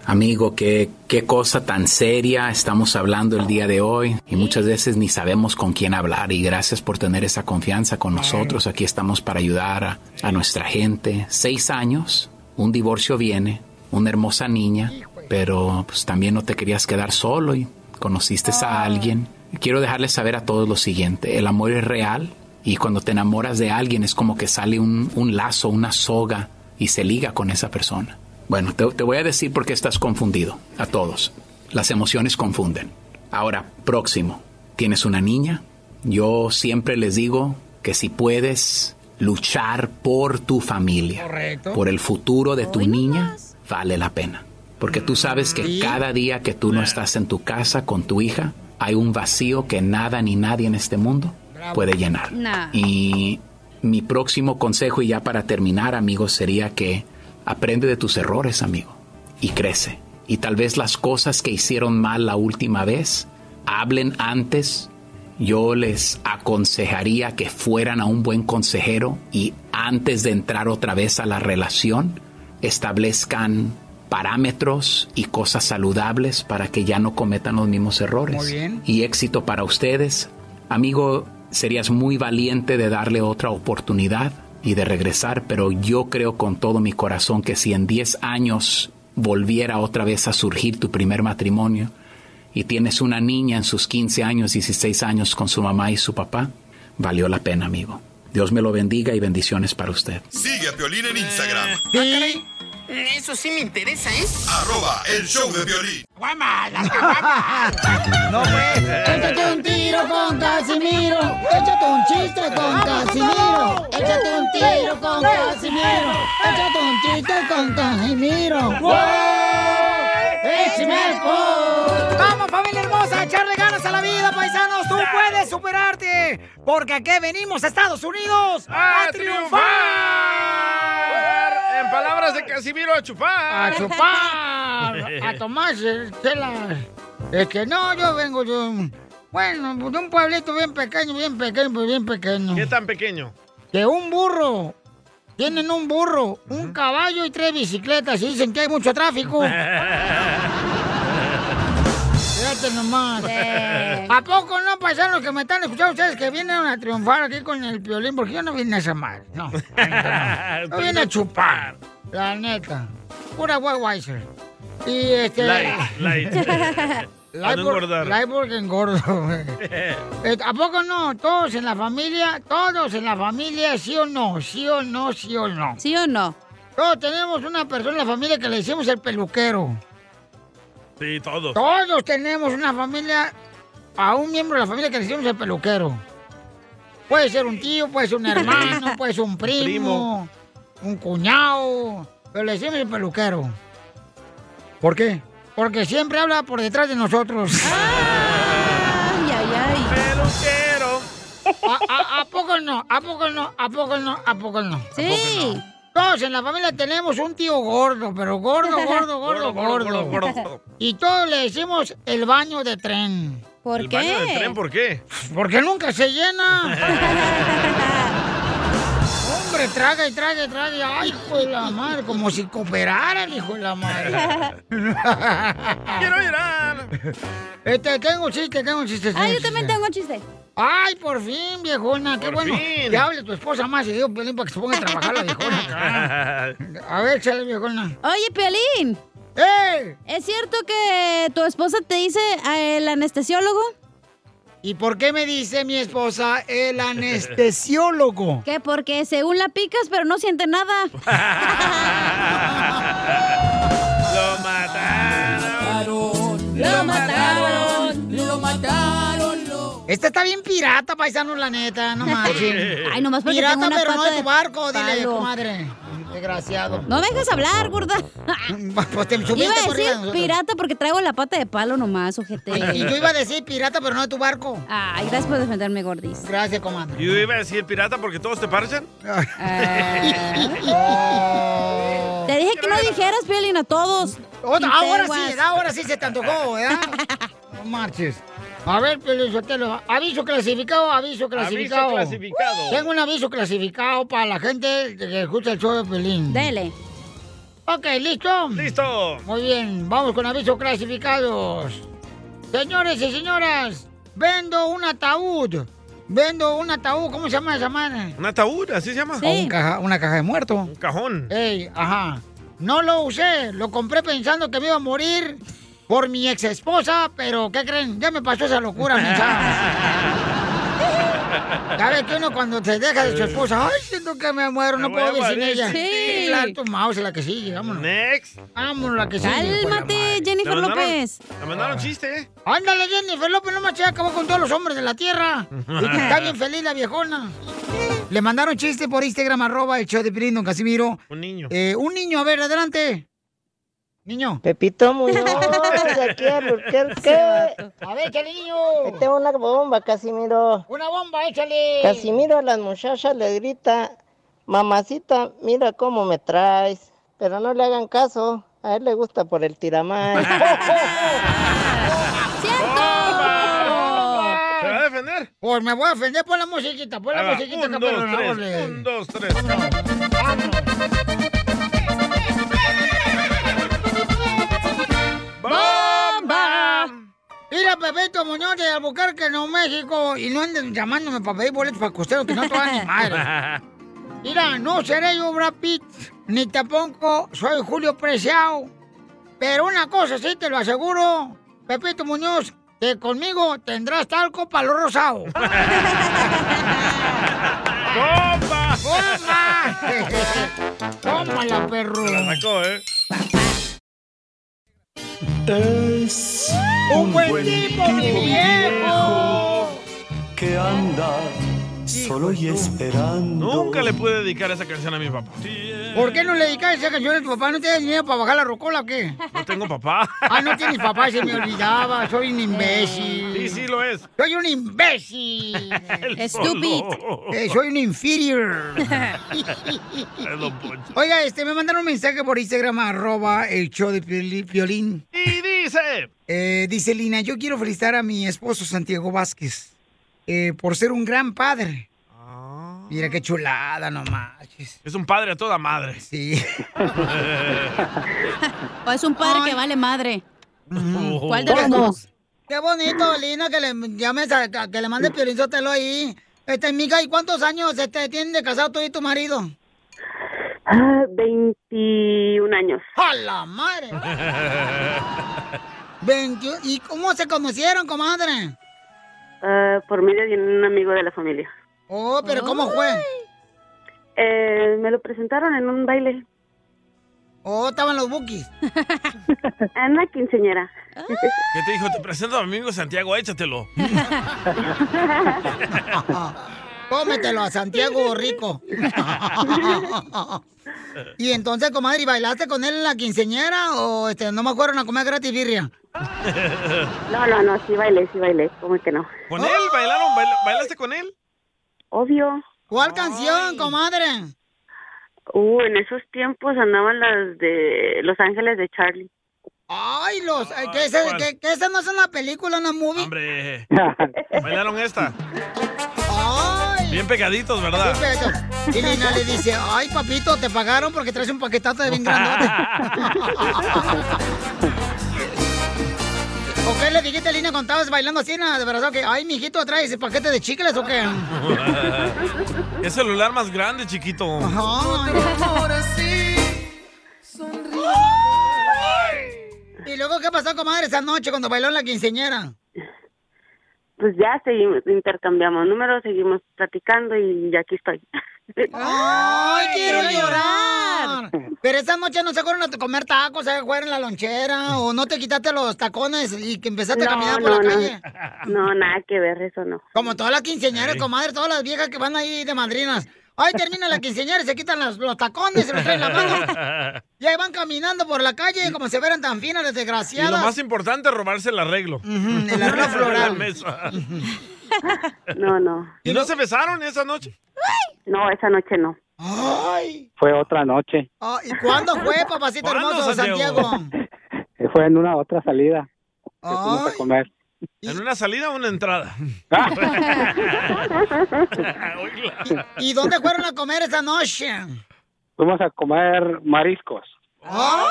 Speaker 21: Amigo, qué, qué cosa tan seria estamos hablando el día de hoy y muchas veces ni sabemos con quién hablar y gracias por tener esa confianza con nosotros. Aquí estamos para ayudar a, a nuestra gente. Seis años, un divorcio viene, una hermosa niña, pero pues también no te querías quedar solo y conociste a alguien. Quiero dejarles saber a todos lo siguiente, el amor es real y cuando te enamoras de alguien es como que sale un, un lazo, una soga y se liga con esa persona. Bueno, te, te voy a decir por qué estás confundido, a todos. Las emociones confunden. Ahora, próximo, tienes una niña. Yo siempre les digo, que si puedes luchar por tu familia,
Speaker 22: Correcto.
Speaker 21: por el futuro de tu niña, vale la pena. Porque tú sabes que cada día que tú no estás en tu casa con tu hija, hay un vacío que nada ni nadie en este mundo puede llenar.
Speaker 12: Nah.
Speaker 21: Y mi próximo consejo, y ya para terminar, amigos, sería que aprende de tus errores, amigo, y crece. Y tal vez las cosas que hicieron mal la última vez, hablen antes. Yo les aconsejaría que fueran a un buen consejero y antes de entrar otra vez a la relación, establezcan parámetros y cosas saludables para que ya no cometan los mismos errores.
Speaker 22: Muy bien.
Speaker 21: Y éxito para ustedes. Amigo, serías muy valiente de darle otra oportunidad y de regresar, pero yo creo con todo mi corazón que si en 10 años volviera otra vez a surgir tu primer matrimonio y tienes una niña en sus 15 años, 16 años con su mamá y su papá, valió la pena, amigo. Dios me lo bendiga y bendiciones para usted.
Speaker 4: Sigue a Piolín en Instagram.
Speaker 12: Ah, Eso sí me interesa, ¿eh?
Speaker 4: Arroba el show de Piolín.
Speaker 12: ¡Guama! ¡Las
Speaker 22: No,
Speaker 2: Eh,
Speaker 1: Échate un tiro con Casimiro. Échate un chiste con Casimiro. Échate un tiro con Casimiro. Échate un chiste con Casimiro. ¡Wow! ¡Échame alcohol!
Speaker 22: ¡Vamos, familia hermosa! a ¡Echarle ganas a la vida, paisanos! ¡Tú puedes superarte! Porque aquí venimos a Estados Unidos a, triunfar.
Speaker 2: En palabras de Casimiro, a chupar.
Speaker 1: A chupar,
Speaker 22: a
Speaker 1: tomar telas. Es que no, yo vengo de un, bueno, pues de un pueblito bien pequeño, bien pequeño, pues bien pequeño.
Speaker 2: ¿Qué tan pequeño?
Speaker 1: De un burro. Tienen un burro, un caballo y tres bicicletas y dicen que hay mucho tráfico. Fíjate nomás.
Speaker 12: Sí.
Speaker 1: ¿A poco no pasan los que me están escuchando ustedes que vienen a triunfar aquí con el violín? Porque yo no vine a esa madre, no. No viene a chupar. La neta. Pura Weiser. Y este.
Speaker 12: Light, light. Para no
Speaker 1: por-
Speaker 12: engordar.
Speaker 1: light porque engordo, güey. Eh, ¿A poco no? Todos en la familia, todos en la familia, sí o no, sí o no, sí o no. Sí o no. Todos tenemos una persona en la familia que le decimos el peluquero.
Speaker 2: Sí, todo.
Speaker 1: Todos tenemos una familia, a un miembro de la familia que le decimos el peluquero. Puede ser un tío, puede ser un hermano, puede ser un primo,
Speaker 22: Primo.
Speaker 1: un cuñado, pero le decimos el peluquero. ¿Por qué? Porque siempre habla por detrás de nosotros. Ah. ¡Ay, ay, ay! Ah, ¡Peluquero! ¿A, a, a poco no? ¿A poco no? ¿A poco no? ¿A poco no? ¡Sí! Todos en la familia tenemos un tío gordo, pero gordo, gordo, gordo,
Speaker 12: Gordo, gordo,
Speaker 1: gordo.
Speaker 12: gordo, gordo.
Speaker 1: Y todos le decimos el baño de tren. ¿Por
Speaker 2: ¿El baño del tren por qué?
Speaker 1: Porque nunca se llena. Hombre, traga y traga y traga. y, Ay, hijo de la madre, como si cooperara el hijo de la madre. Quiero llorar. Este, tengo un chiste, tengo un chiste.
Speaker 3: Ah, yo también tengo un chiste.
Speaker 1: Ay, por fin, viejona, qué
Speaker 3: Por
Speaker 1: bueno.
Speaker 3: fin.
Speaker 1: Que hable tu esposa más y digo, Pelín, para que se ponga a trabajar la viejona. A ver, chale, viejona.
Speaker 3: Oye, Piolín.
Speaker 1: ¡Eh!
Speaker 3: ¿Es cierto que tu esposa te dice eh, el anestesiólogo?
Speaker 1: ¿Y por qué me dice mi esposa el anestesiólogo?
Speaker 3: Que porque según la picas, pero no siente nada.
Speaker 1: ah.
Speaker 12: Lo mataron. Lo mataron.
Speaker 1: lo mataron, lo... Esta está bien pirata, paisano, la neta, no marchen.
Speaker 3: Ay, nomás porque
Speaker 1: Pirata,
Speaker 3: tengo una
Speaker 1: pero
Speaker 3: pata
Speaker 1: no de
Speaker 3: de
Speaker 1: tu barco, dile,
Speaker 3: palo.
Speaker 1: comadre. Desgraciado.
Speaker 3: No me dejas hablar, gorda.
Speaker 1: Pues te subiste
Speaker 3: Iba a
Speaker 1: por arriba de
Speaker 3: decir
Speaker 1: nosotros.
Speaker 3: pirata porque traigo la pata de palo nomás, ojete.
Speaker 1: Y yo iba a decir pirata, pero no de tu barco.
Speaker 3: Ay, gracias por defenderme, gordis.
Speaker 1: Gracias, comadre.
Speaker 2: Yo iba a decir pirata porque todos te parchan.
Speaker 1: Oh.
Speaker 3: Te dije que no dijeras, Piolín, a todos.
Speaker 1: Otra- ahora sí,
Speaker 3: Integuas.
Speaker 1: ahora sí se te antojó, ¿verdad? No marches. A ver, Pelín Sotelo, aviso clasificado, aviso clasificado.
Speaker 2: clasificado.
Speaker 1: Tengo un aviso clasificado para la gente que escucha el show de Pelín. Dele. Ok, ¿listo?
Speaker 2: Listo.
Speaker 1: Muy bien, vamos con avisos clasificados. Señores y señoras, vendo un ataúd. Vendo un ataúd, ¿cómo se llama esa madre?
Speaker 2: ¿Un ataúd? ¿Así se llama?
Speaker 1: O un caja- una caja de muerto. Un
Speaker 2: cajón.
Speaker 1: Ey, ajá. No lo usé, lo compré pensando que me iba a morir por mi ex esposa, pero ¿qué creen? Ya me pasó esa locura, mensaje. Ya ves que uno cuando se deja de su esposa, ay, siento que me muero, no
Speaker 12: Me voy
Speaker 1: puedo
Speaker 12: a
Speaker 1: vivir
Speaker 12: morir".
Speaker 1: sin ella.
Speaker 12: Sí.
Speaker 1: Claro, tu mouse, la que sigue, vámonos.
Speaker 2: Next.
Speaker 1: Vámonos, la que sigue.
Speaker 3: Cálmate, Jennifer
Speaker 2: ¿Te mandaron-
Speaker 3: López.
Speaker 2: ¿Te mandaron chiste? ¿eh?
Speaker 1: Ándale, Jennifer López, no más se acabó con todos los hombres de la tierra. Y que está bien feliz la viejona. Le mandaron chiste por Instagram, arroba el show de Piolín, don Casimiro.
Speaker 2: Un niño.
Speaker 1: Eh, un niño, a ver, adelante. Niño.
Speaker 23: Pepito Muñoz, aquí ¿qué, qué?
Speaker 1: A ver, échale, niño.
Speaker 23: Tengo una bomba, Casimiro.
Speaker 1: Una bomba, échale.
Speaker 23: Casimiro a las muchachas le grita, mamacita, mira cómo me traes. Pero no le hagan caso, a él le gusta por el tiramay.
Speaker 2: ¿Se va a defender?
Speaker 1: Por, me voy a ofender, pon la musiquita, pon la
Speaker 2: Ahí va.
Speaker 1: musiquita,
Speaker 2: Un,
Speaker 1: que
Speaker 2: dos,
Speaker 1: perro,
Speaker 2: tres.
Speaker 1: vámonos.
Speaker 2: Un, dos, tres.
Speaker 1: ¡Bomba! Mira, Pepito Muñoz de Albuquerque, Nuevo México, y no anden llamándome para pedir boletos para costeros, que no te van a ni madre. Mira, no seré yo Brad Pitt, ni tampoco soy Julio Preciado, pero una cosa sí te lo aseguro, Pepito Muñoz, que conmigo tendrás talco para lo rosado.
Speaker 2: ¡Bomba!
Speaker 1: ¡Bomba! ¡Tómala, perro!
Speaker 2: La sacó, ¿eh?
Speaker 15: Es
Speaker 1: un buen, tipo, mi viejo.
Speaker 15: que anda solo y esperando.
Speaker 2: Nunca le pude dedicar esa canción a mi papá.
Speaker 1: ¿Por qué no le dedicas esa canción a tu papá? ¿No tienes dinero para bajar la rocola o qué?
Speaker 2: No tengo papá.
Speaker 1: Ah, no tienes papá, se me olvidaba. Soy un imbécil.
Speaker 2: Sí, sí lo es.
Speaker 1: Soy un imbécil.
Speaker 2: Estúpido.
Speaker 1: Eh, soy un inferior.
Speaker 2: Es Don Poncho.
Speaker 1: Oiga, este, me mandaron un mensaje por Instagram, arroba el show de Pioli- Piolín.
Speaker 2: Y dice...
Speaker 1: Eh, dice Lina, yo quiero felicitar a mi esposo Santiago Vázquez eh, por ser un gran padre.
Speaker 2: Ah.
Speaker 1: Mira qué chulada nomás.
Speaker 2: Es un padre a toda madre.
Speaker 1: Sí.
Speaker 3: O es un padre que vale madre. ¿Cuál de los
Speaker 1: ¿Cómo?
Speaker 3: dos?
Speaker 1: Qué bonito, Lina, que le llames a- a- que le mande Piolín Sotelo ahí. Este, mica, ¿y cuántos años este, tienen de casado tú y tu marido?
Speaker 24: Ah, 21 años.
Speaker 1: ¡A la madre! 21. ¿Y cómo se conocieron, comadre?
Speaker 24: Ah, por medio de un amigo de la familia.
Speaker 1: Oh, pero ¿cómo fue?
Speaker 24: Eh, me lo presentaron en un baile.
Speaker 1: Oh, estaban los bookies.
Speaker 24: En una quinceñera.
Speaker 2: ¿Qué te dijo? Te presento a mi amigo Santiago, échatelo.
Speaker 1: Cómetelo a Santiago Rico. y entonces, comadre, ¿y bailaste con él en la quinceñera o este, no me acuerdo, a comer gratis birria?
Speaker 24: No, no, no, sí bailé, sí bailé. ¿Cómo que no?
Speaker 2: ¿Con él? ¿Bailaron? Baila- ¿Bailaste con él?
Speaker 24: Obvio.
Speaker 1: ¿Cuál canción, comadre?
Speaker 24: Uh, en esos tiempos andaban las de Los Ángeles de Charlie.
Speaker 1: Ay, los, eh, que, ese,
Speaker 24: ¿cuál?
Speaker 1: que- que esa no es una película, una movie.
Speaker 2: Hombre. ¿Bailaron esta? Bien pegaditos,
Speaker 24: Ah.
Speaker 2: ¿verdad?
Speaker 1: Sí, pero- Y Lina le dice, ay papito, te pagaron porque traes un paquetazo de bien grandote. ¿O qué le dijiste a Lina cuando estabas bailando así, na, de verdad que, ay mijito, traes ese paquete de chicles o qué?
Speaker 2: Es celular más grande, chiquito.
Speaker 1: ¿Y luego qué pasó, comadre, esa noche cuando bailó en la quinceñera?
Speaker 24: Pues ya seguimos, intercambiamos números, seguimos platicando y ya aquí estoy.
Speaker 1: ¡Ay, quiero llorar! Pero esa noche no se fueron a comer tacos, se jugar en la lonchera, o no te quitaste los tacones y que empezaste a caminar por
Speaker 24: no,
Speaker 1: la
Speaker 24: no.
Speaker 1: calle.
Speaker 24: No, nada que ver, eso no.
Speaker 1: Como todas las quinceañeras, comadre, todas las viejas que van ahí de madrinas. Ay, termina la quinceañera y se quitan las- los tacones, se los traen la mano. Y ahí van caminando por la calle como se veran tan finas las
Speaker 2: Y lo más
Speaker 1: desgraciadas.
Speaker 2: importante es robarse el arreglo.
Speaker 1: el arreglo floral.
Speaker 2: La mesa.
Speaker 24: No, no.
Speaker 2: ¿Y no se besaron esa noche?
Speaker 24: No, esa noche no.
Speaker 1: Ay,
Speaker 22: Fue otra noche,
Speaker 1: ah, ¿Y cuándo fue, papacito
Speaker 2: ¿Cuándo,
Speaker 1: hermoso,
Speaker 2: Santiago?
Speaker 1: Santiago?
Speaker 22: eh, fue en una otra salida que fuimos a comer.
Speaker 2: ¿En una salida o una entrada?
Speaker 1: ¿Y dónde fueron a comer esa noche?
Speaker 22: Fuimos a comer mariscos.
Speaker 2: ¡Ah,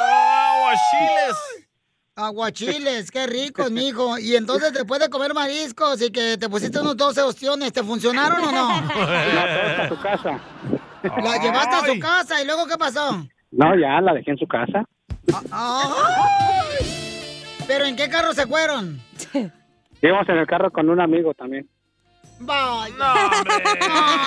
Speaker 2: ¡Aguachiles!
Speaker 1: Aguachiles, qué ricos, mijo. Y entonces, después de comer mariscos y que te pusiste unos 12 opciones, ¿te funcionaron o no?
Speaker 22: a su casa.
Speaker 1: La llevaste a su casa y luego, ¿qué pasó?
Speaker 22: No, ya la dejé en su casa.
Speaker 1: ¡Ay! ¿Pero en qué carro se fueron?
Speaker 22: Íbamos en el carro con un amigo también.
Speaker 1: Vaya. No,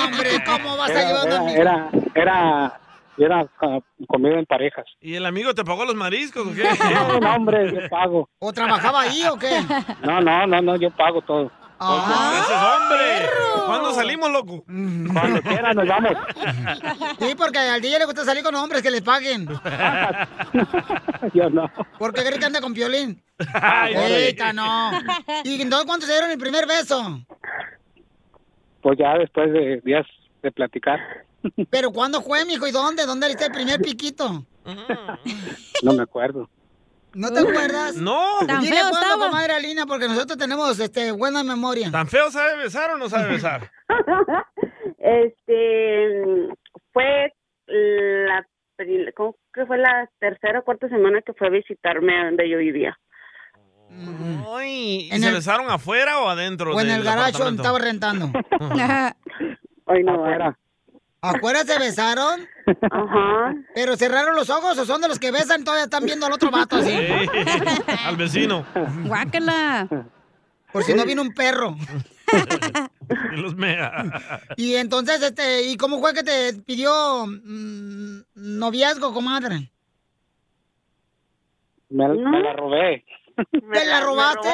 Speaker 1: hombre. ¿cómo vas a
Speaker 22: Era,
Speaker 1: llevar a
Speaker 22: era,
Speaker 1: mi
Speaker 22: era, era, era, ah, comida en parejas.
Speaker 2: ¿Y el amigo te pagó los mariscos o qué?
Speaker 22: No, no, hombre, yo pago.
Speaker 1: ¿O trabajaba ahí o qué? Ah.
Speaker 22: No, no, no, no, yo pago todo.
Speaker 2: ¡Ese es hombre! ¿Cuándo salimos, loco?
Speaker 22: Cuando quieran nos vamos.
Speaker 1: Sí, porque al DJ le gusta salir con hombres que les paguen.
Speaker 22: Yo no.
Speaker 1: ¿Por qué crees que anda con violín?
Speaker 22: Ay,
Speaker 1: Ahorita no. ¿Y entonces cuánto se dieron el primer beso?
Speaker 22: Pues ya después de días de platicar,
Speaker 1: ¿Pero cuándo fue, mijo? ¿Y dónde? ¿Dónde le está el primer piquito?
Speaker 22: no me acuerdo.
Speaker 1: ¿No te acuerdas?
Speaker 2: No.
Speaker 1: Tan
Speaker 2: Tan
Speaker 1: Dile
Speaker 2: feo
Speaker 1: cuándo,
Speaker 2: estaba.
Speaker 1: comadre Alina, porque nosotros tenemos este, buena memoria.
Speaker 2: ¿Tan feo sabe besar o no sabe besar?
Speaker 24: Este, fue la, pri- ¿cómo que fue la tercera o cuarta semana que fue a visitarme a donde yo vivía?
Speaker 2: Ay, ¿y ¿Se besaron afuera o adentro?
Speaker 1: Mm. O en
Speaker 2: del
Speaker 1: el garacho donde
Speaker 2: apartamento?
Speaker 1: estaba rentando.
Speaker 24: Hoy no.
Speaker 1: ¿Afuera se besaron?
Speaker 24: Ajá.
Speaker 1: ¿Pero cerraron los ojos o son de los que besan todavía están viendo al otro vato así?
Speaker 2: Sí, al vecino.
Speaker 1: Guácala. Por si no viene un perro.
Speaker 2: Y los mea.
Speaker 1: Y entonces, este, ¿y cómo fue que te pidió mm, noviazgo, comadre?
Speaker 22: me, me la robé.
Speaker 1: ¿Te la robaste?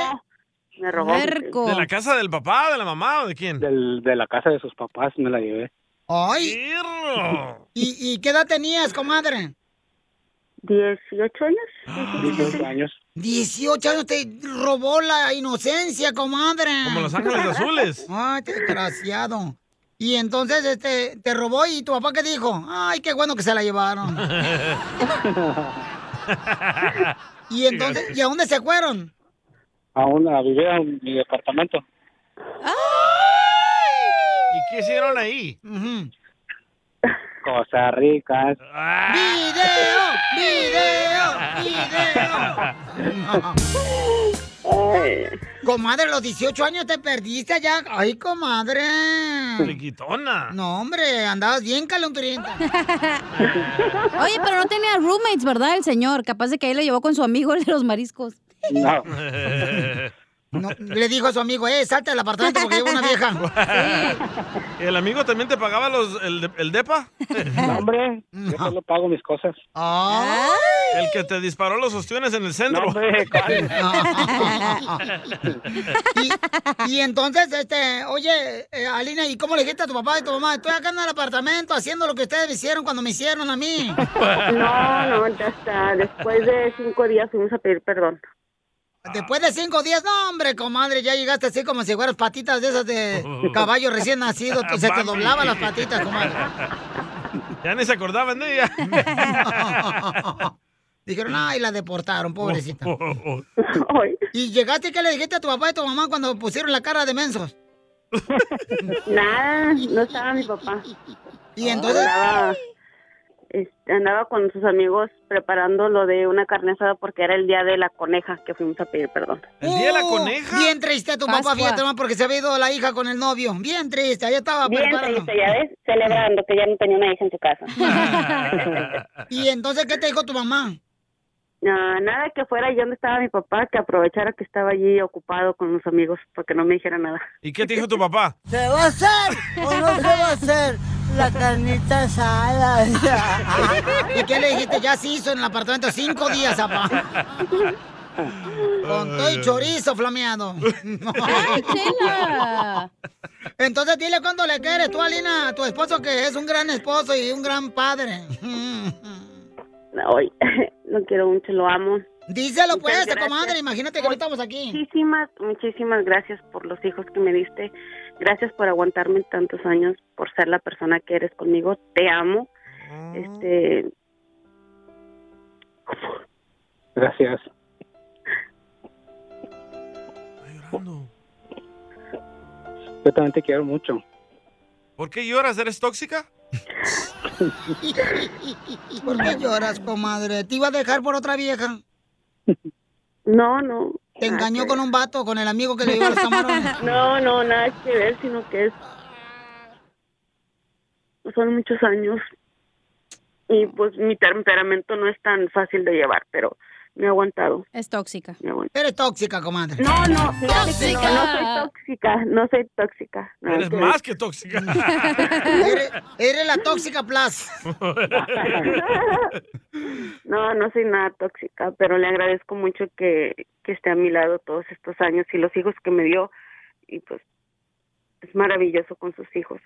Speaker 24: Me
Speaker 1: robó. Puerco.
Speaker 2: ¿De la casa del papá, de la mamá o de quién?
Speaker 22: Del, de la casa de sus papás me la llevé.
Speaker 1: ¡Ay! ¿Y, y qué edad tenías, comadre?
Speaker 24: 18
Speaker 2: Ah,
Speaker 24: años.
Speaker 22: 18 años.
Speaker 1: 18 años te robó la inocencia, comadre.
Speaker 2: Como los ángeles azules.
Speaker 1: Ay, qué desgraciado. Y entonces este, te robó y tu papá qué dijo? Ay, qué bueno que se la llevaron. y entonces, ¿y a dónde se fueron?
Speaker 22: Aún la vivía en mi departamento.
Speaker 2: ¿Y qué hicieron ahí?
Speaker 22: Cosas ricas.
Speaker 1: Ah. ¡Video! ¡Video! ¡Video! comadre, los 18 años te perdiste ya. Ay, comadre.
Speaker 2: Riquitona.
Speaker 1: No, hombre, andabas bien calenturienta.
Speaker 3: Oye, pero no tenía roommates, ¿verdad? El señor. Capaz de que ahí le llevó con su amigo el de los mariscos.
Speaker 22: No.
Speaker 1: No, le dijo a su amigo, eh, salte del apartamento porque llega una vieja.
Speaker 2: ¿El amigo también te pagaba los, el, de- el depa?
Speaker 22: hombre, yo solo pago mis cosas.
Speaker 2: El que te disparó los ostiones en el centro.
Speaker 22: No, hombre, ¿cuál?
Speaker 1: Y entonces, este, oye, eh, Alina, ¿y cómo le dijiste a tu papá y tu mamá? Estoy acá en el apartamento haciendo lo que ustedes me hicieron cuando me hicieron a mí.
Speaker 24: No, no, ya está. Después de cinco días fuimos a pedir perdón.
Speaker 1: Después de cinco días, no, hombre, comadre, ya llegaste así como si fueras patitas de esas de caballo recién nacido. tú- Se te
Speaker 2: Bambi.
Speaker 1: doblaban las patitas, comadre.
Speaker 2: Ya ni se acordaban de ella.
Speaker 1: Dijeron, ay, la deportaron, pobrecita.
Speaker 2: Oh,
Speaker 1: ¿Y llegaste y qué le dijiste a tu papá y tu mamá cuando pusieron la cara de mensos?
Speaker 24: Nada, no estaba mi papá.
Speaker 1: ¿Y entonces?
Speaker 24: Andaba, es- andaba con sus amigos preparando lo de una carne asada porque era el día de la coneja que fuimos Pues, a pedir perdón.
Speaker 2: ¿El día de la
Speaker 1: Uh,
Speaker 2: coneja?
Speaker 1: Bien triste a tu
Speaker 24: Pascua.
Speaker 1: papá, fíjate, nomás porque se había ido la hija con el novio. Bien triste, ahí estaba
Speaker 24: Bien
Speaker 1: preparando.
Speaker 24: triste, ya ves, celebrando que ya no tenía una hija en su casa.
Speaker 1: ¿Y entonces qué te dijo tu mamá?
Speaker 24: Ah, nada que fuera yo donde estaba mi papá, que aprovechara que estaba allí ocupado con los amigos porque no me dijera nada.
Speaker 2: ¿Y qué te dijo tu papá?
Speaker 12: ¿Se va a hacer o no se va a hacer la carnita asada?
Speaker 1: ¿Y qué le dijiste? Ya se hizo en el apartamento cinco días, papá. Con todo y chorizo flameado.
Speaker 12: Ay, chela.
Speaker 1: Entonces dile cuándo le quieres tú, Alina, a tu esposo que es un gran esposo y un gran padre.
Speaker 24: Hoy lo quiero mucho, lo amo.
Speaker 1: Díselo pues,
Speaker 24: gracias.
Speaker 1: comadre, imagínate que no estamos aquí.
Speaker 24: Muchísimas, muchísimas gracias por los hijos que me diste. Gracias por aguantarme tantos años, por ser la persona que eres conmigo. Te amo.
Speaker 1: Ah.
Speaker 24: Este,
Speaker 22: Gracias. Yo también te quiero mucho.
Speaker 2: ¿Por qué lloras? ¿Eres tóxica?
Speaker 1: ¿Por qué lloras, comadre? ¿Te iba a dejar por otra vieja?
Speaker 24: No, no.
Speaker 1: ¿Te engañó con un vato, con el amigo que le dio los camarones?
Speaker 24: No, no, nada que ver, sino que es. Son muchos años. Y pues mi temperamento no es tan fácil de llevar, pero me he aguantado.
Speaker 3: Es tóxica.
Speaker 24: Me he aguantado.
Speaker 1: Eres tóxica, comadre.
Speaker 24: No, no, fíjate que no, no soy tóxica, no soy tóxica. nada
Speaker 2: Eres
Speaker 24: que ver.
Speaker 2: más que tóxica.
Speaker 1: Ah, Eres, eres la tóxica plus.
Speaker 24: No, no soy nada tóxica, pero le agradezco mucho que, que esté a mi lado todos estos años y los hijos que me dio. y pues es maravilloso con sus hijos.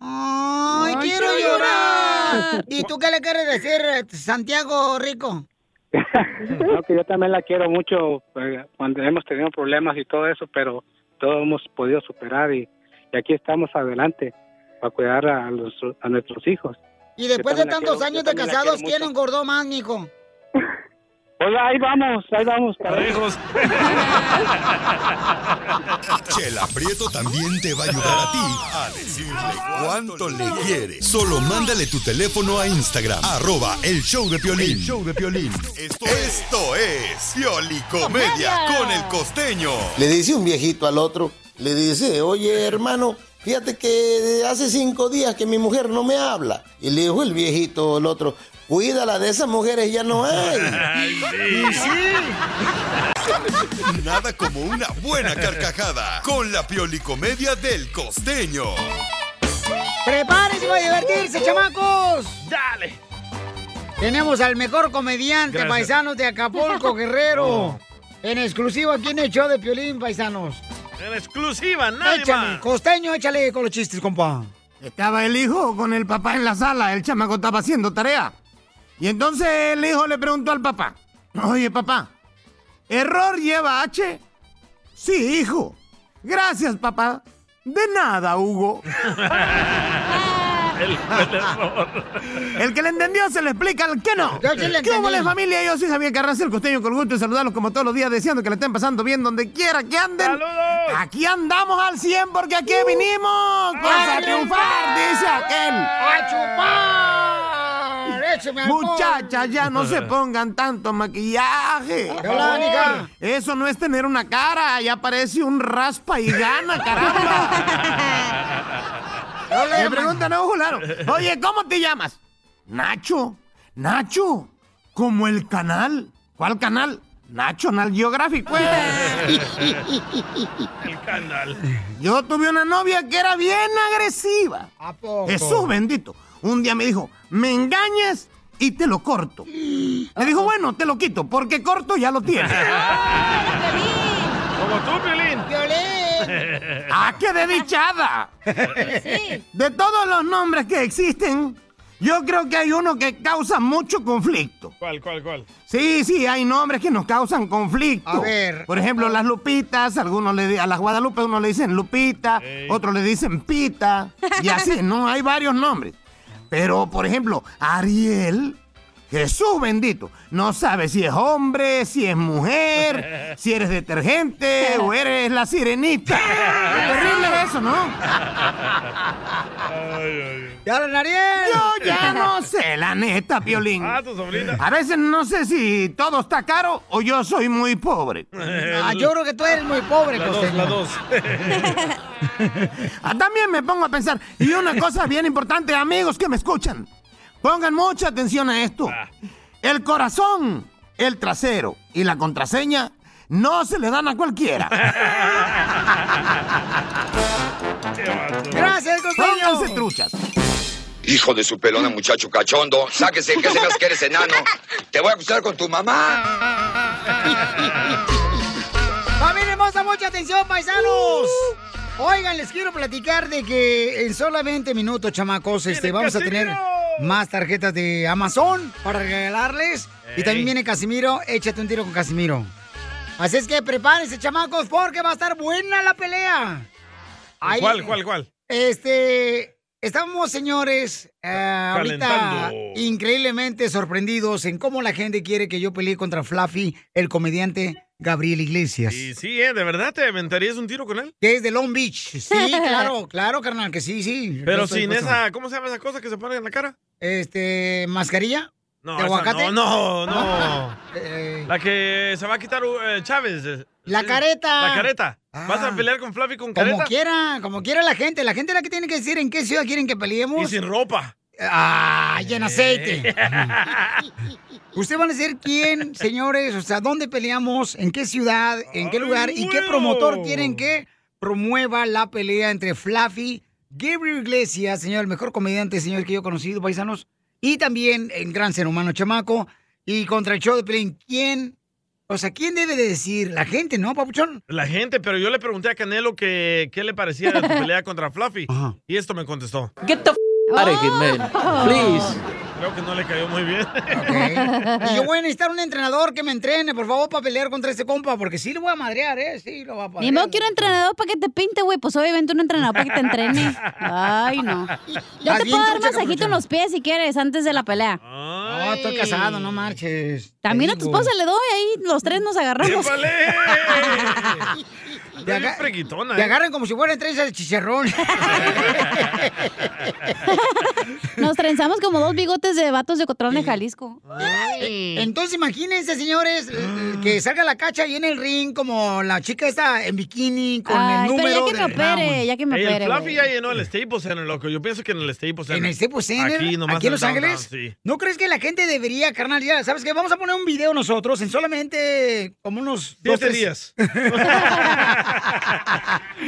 Speaker 1: ¡Ay, quiero llorar! ¿Y tú qué le quieres decir, eh, Santiago Rico?
Speaker 22: No, que yo también la quiero mucho eh, cuando hemos tenido problemas y todo eso, pero todos hemos podido superar y, y aquí estamos adelante para cuidar a, los- a nuestros hijos.
Speaker 1: Y después
Speaker 22: Yo
Speaker 1: de
Speaker 22: también la
Speaker 1: tantos
Speaker 22: quiero,
Speaker 1: años
Speaker 22: yo
Speaker 1: de
Speaker 22: también la
Speaker 1: casados,
Speaker 22: quiero
Speaker 1: ¿quién engordó más, mijo?
Speaker 22: Pues ahí vamos, ahí vamos, carajos.
Speaker 4: Chela Prieto también te va a ayudar a ti a decirle cuánto le quiere. Solo mándale tu teléfono a Instagram, arroba el show de Piolín.
Speaker 5: El
Speaker 4: show de Piolín. Esto, esto es Pioli Comedia con el costeño.
Speaker 14: Le dice un viejito al otro, le dice, oye hermano, fíjate que hace cinco días que mi mujer no me habla. Y le dijo el viejito al otro, cuídala de esas mujeres, ya no hay.
Speaker 4: Y sí. Nada como una buena carcajada con la Pioli Comedia del costeño.
Speaker 1: ¡Prepárense para divertirse, chamacos!
Speaker 2: ¡Dale!
Speaker 1: Tenemos al mejor comediante,
Speaker 2: Gracias.
Speaker 1: paisanos de Acapulco, Guerrero.
Speaker 2: Oh.
Speaker 1: En exclusivo aquí en el show de Piolín, paisanos.
Speaker 2: En exclusiva, nadie
Speaker 1: échale,
Speaker 2: más.
Speaker 1: costeño, échale con los chistes, compa.
Speaker 13: Estaba el hijo con el papá en la sala, el chamaco estaba haciendo tarea. Y entonces el hijo le preguntó al papá, oye papá, ¿error lleva H? Sí, hijo. Gracias, papá. De nada, Hugo.
Speaker 15: El
Speaker 13: El que le entendió se le explica al que no.
Speaker 15: Yo sí le
Speaker 13: ¿Qué hubo,
Speaker 15: entendí.
Speaker 13: la familia? Yo soy Javier Carranza, el costeño, con gusto de saludarlos como todos los días, deseando que le estén pasando bien donde quiera que anden. Aquí andamos al 100 porque aquí vinimos pues, a triunfar, dice aquel.
Speaker 1: ¡A chupar! ¡Écheme alcohol!
Speaker 13: Muchachas, ya no se pongan tanto maquillaje.
Speaker 1: Hola, Anica.
Speaker 13: Eso no es tener una cara, ya parece un raspa y gana, caramba. Me preguntan a un fulano, oye, ¿cómo te llamas? Nacho, Nacho, como el canal. ¿Cuál canal? National Geographic. pues.
Speaker 2: El canal.
Speaker 13: Yo tuve una novia que era bien agresiva.
Speaker 1: ¿A poco?
Speaker 13: Jesús bendito. Un día me dijo, me engañas y te lo corto. Le dijo, bueno, te lo quito, porque corto ya lo tienes.
Speaker 2: Como tú, Piolín.
Speaker 13: ¡Ah, qué desdichada! De todos los nombres que existen, yo creo que hay uno que causa mucho conflicto.
Speaker 2: ¿Cuál, cuál, cuál?
Speaker 13: Sí, sí, hay nombres que nos causan conflicto.
Speaker 2: A ver.
Speaker 13: Por ejemplo, las Lupitas, algunos le di- a las Guadalupe uno le dicen Lupita,
Speaker 2: Ey.
Speaker 13: otros le dicen Pita, y así, ¿no? Hay varios nombres. Pero, por ejemplo, Ariel, Jesús bendito, no sabe si es hombre, si es mujer, si eres detergente o eres la sirenita. Qué terrible eso, ¿no?
Speaker 1: ¡Ya lo Ariel!
Speaker 13: Yo ya no sé, Eh, la neta, Piolín.
Speaker 2: Ah, tu sobrina.
Speaker 13: A veces no sé si todo está caro o yo soy muy pobre.
Speaker 2: Ah, yo creo
Speaker 1: que tú eres muy pobre,
Speaker 2: La dos, la dos.
Speaker 13: Ah, También me pongo a pensar. Y una cosa bien importante, amigos que me escuchan. Pongan mucha atención a esto.
Speaker 2: Ah.
Speaker 13: El corazón, el trasero y la contraseña no se le dan a cualquiera.
Speaker 1: Gracias,
Speaker 13: Pónganse truchas.
Speaker 7: Hijo de su pelona, muchacho cachondo. Sáquese, que se veas que eres enano. Te voy a acusar con tu mamá.
Speaker 1: Familia hermosa, mucha atención, paisanos.
Speaker 2: Uh.
Speaker 1: Oigan, les quiero platicar de que en solamente minutos, chamacos, este, vamos a tener más tarjetas de Amazon para regalarles. Y también viene Casimiro, échate un tiro con Casimiro. Así es que prepárense, chamacos, porque va a estar buena la pelea. Ahí-
Speaker 2: ¿Cuál, cuál, cuál?
Speaker 1: Este, estamos, señores, eh, ahorita
Speaker 2: Calentando.
Speaker 1: increíblemente sorprendidos en cómo la gente quiere que yo pelee contra Fluffy, el comediante Gabriel Iglesias.
Speaker 2: Y sí, ¿eh? ¿De verdad te aventarías un tiro con él?
Speaker 1: Que es de Long Beach. Sí, claro, claro, carnal, que sí, sí. Yo
Speaker 2: Pero
Speaker 1: estoy pues
Speaker 2: sin
Speaker 1: puesto.
Speaker 2: esa, ¿cómo se llama esa cosa que se pone en la cara?
Speaker 1: Este, mascarilla.
Speaker 2: No,
Speaker 1: ¿De
Speaker 2: esa
Speaker 1: aguacate?
Speaker 2: No, no, no.
Speaker 1: Eh,
Speaker 2: La que se va a quitar eh, Chávez. eh,
Speaker 1: La
Speaker 2: sí.
Speaker 1: careta.
Speaker 2: La careta. ¿Vas
Speaker 1: Ah.
Speaker 2: a pelear con Fluffy con
Speaker 1: como
Speaker 2: careta?
Speaker 1: quiera, como quiera la gente. La gente es la que tiene que decir en qué ciudad quieren que peleemos.
Speaker 2: Y sin ropa.
Speaker 1: Ah, y en aceite. Ustedes van a decir quién, señores, o sea, dónde peleamos, en qué ciudad, en qué lugar y qué
Speaker 2: bueno.
Speaker 1: promotor quieren que promueva la pelea entre Fluffy, Gabriel Iglesias, señor, el mejor comediante, señor, que yo he conocido, paisanos, y también el gran ser humano chamaco, y contra el show de Pelín, ¿quién O sea, ¿quién debe de decir? La gente, ¿no, papuchón?
Speaker 2: La gente, pero yo le pregunté a Canelo que qué le parecía de tu pelea contra Fluffy. Y esto me contestó.
Speaker 15: Get the f out of here, man.
Speaker 1: Oh.
Speaker 15: Please.
Speaker 2: Creo que no le cayó muy bien.
Speaker 1: Y yo voy a necesitar un entrenador que me entrene, por favor, para pelear contra ese compa, porque sí lo voy a madrear, ¿eh? Sí, lo va a
Speaker 3: Ni
Speaker 1: madrear.
Speaker 3: modo quiero entrenador para que te pinte, güey. Pues obviamente un entrenador para que te entrene. Ay, no. Yo
Speaker 1: Vas
Speaker 3: te
Speaker 1: bien
Speaker 3: puedo dar
Speaker 1: trucha,
Speaker 3: masajito en los pies si quieres, antes de la pelea.
Speaker 1: No, estoy casado, no marches.
Speaker 3: También
Speaker 1: Te
Speaker 3: a tu
Speaker 1: digo.
Speaker 3: esposa le doy, ahí los tres nos agarramos.
Speaker 1: Te, aga-
Speaker 2: freguitona,
Speaker 1: te
Speaker 2: ¿eh?
Speaker 1: agarran como si fueran tres al chicharrón.
Speaker 3: Nos trenzamos como dos bigotes de vatos de Cotrón de Jalisco.
Speaker 1: eh, Entonces imagínense, señores,
Speaker 2: Ah.
Speaker 1: eh, que salga la cacha ahí en el ring como la chica esta en bikini con
Speaker 3: Ay,
Speaker 1: el
Speaker 3: pero ya
Speaker 1: número
Speaker 3: que me
Speaker 1: del
Speaker 3: opere,
Speaker 1: round.
Speaker 3: ya que me
Speaker 2: Ey, el
Speaker 3: opere,
Speaker 2: Fluffy
Speaker 3: güey.
Speaker 2: ya llenó el Staples Center, loco. Yo pienso que en el Staples Center.
Speaker 1: En el Staples Center,
Speaker 2: Aquí, nomás
Speaker 1: pues, aquí
Speaker 2: el
Speaker 1: en Los
Speaker 2: downtown,
Speaker 1: Ángeles.
Speaker 2: sí.
Speaker 1: ¿No crees que la gente debería, carnal? Ya, ¿sabes qué? Vamos a poner un video nosotros en solamente como unos
Speaker 2: Siete
Speaker 1: dos, tres-
Speaker 2: días.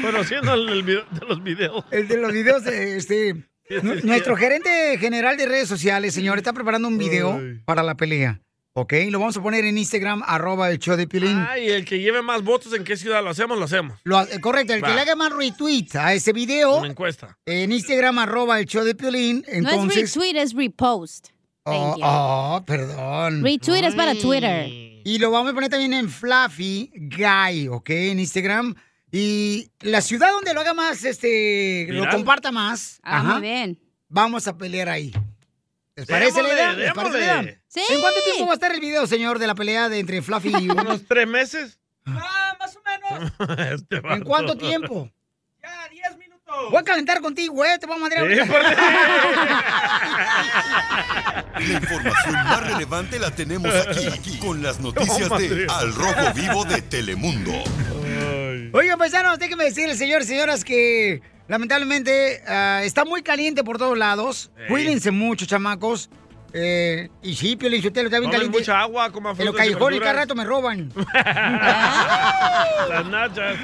Speaker 2: Conociendo el, el video- de los videos.
Speaker 1: El de los videos, eh, este. nu- Nuestro gerente general de redes sociales, señor, está preparando un video para la pelea. ¿Ok? Lo vamos a poner en Instagram, arroba el show de Pilín.
Speaker 2: Ay, el que lleve más votos en qué ciudad lo hacemos, lo hacemos.
Speaker 1: Lo ha- eh, correcto, el que
Speaker 2: Va.
Speaker 1: le haga más retweets a ese video
Speaker 2: Una encuesta.
Speaker 1: en Instagram, arroba el show de Piolín,
Speaker 3: No es
Speaker 1: entonces...
Speaker 3: retweet, es repost.
Speaker 1: oh,
Speaker 3: Thank you.
Speaker 1: oh, perdón.
Speaker 3: Retweet es para Twitter.
Speaker 1: Y lo vamos a poner también en Fluffy Guy, ¿ok? En Instagram. Y la ciudad donde lo haga más, este, lo
Speaker 2: Viral.
Speaker 1: comparta más.
Speaker 3: Ah, muy bien.
Speaker 1: Vamos a pelear ahí. ¿Les parece la idea?
Speaker 2: Démosle,
Speaker 1: ¿Les parece la
Speaker 2: démosle.
Speaker 1: idea? ¿En cuánto tiempo va a estar el video, señor, de la pelea de entre Fluffy y
Speaker 2: ¿Unos tres meses? Este
Speaker 1: ¿En cuánto tiempo? Ya, 10 minutos. Voy a calentar contigo, güey. Te voy a mandar
Speaker 4: La información más relevante la tenemos aquí, aquí, con las noticias de Al Rojo Vivo de Telemundo.
Speaker 1: Oigan, paisanos, déjenme decirles, señores y señoras, que lamentablemente ah, está muy caliente por todos lados.
Speaker 2: Ey.
Speaker 1: Cuídense mucho, chamacos. Eh, y sí, Pio Lichotelo, está bien
Speaker 2: Tomen
Speaker 1: caliente.
Speaker 2: mucha agua, coman
Speaker 1: En los
Speaker 2: frutas y
Speaker 1: callejones cada
Speaker 2: verduras.
Speaker 1: rato me roban.
Speaker 2: Las nachas.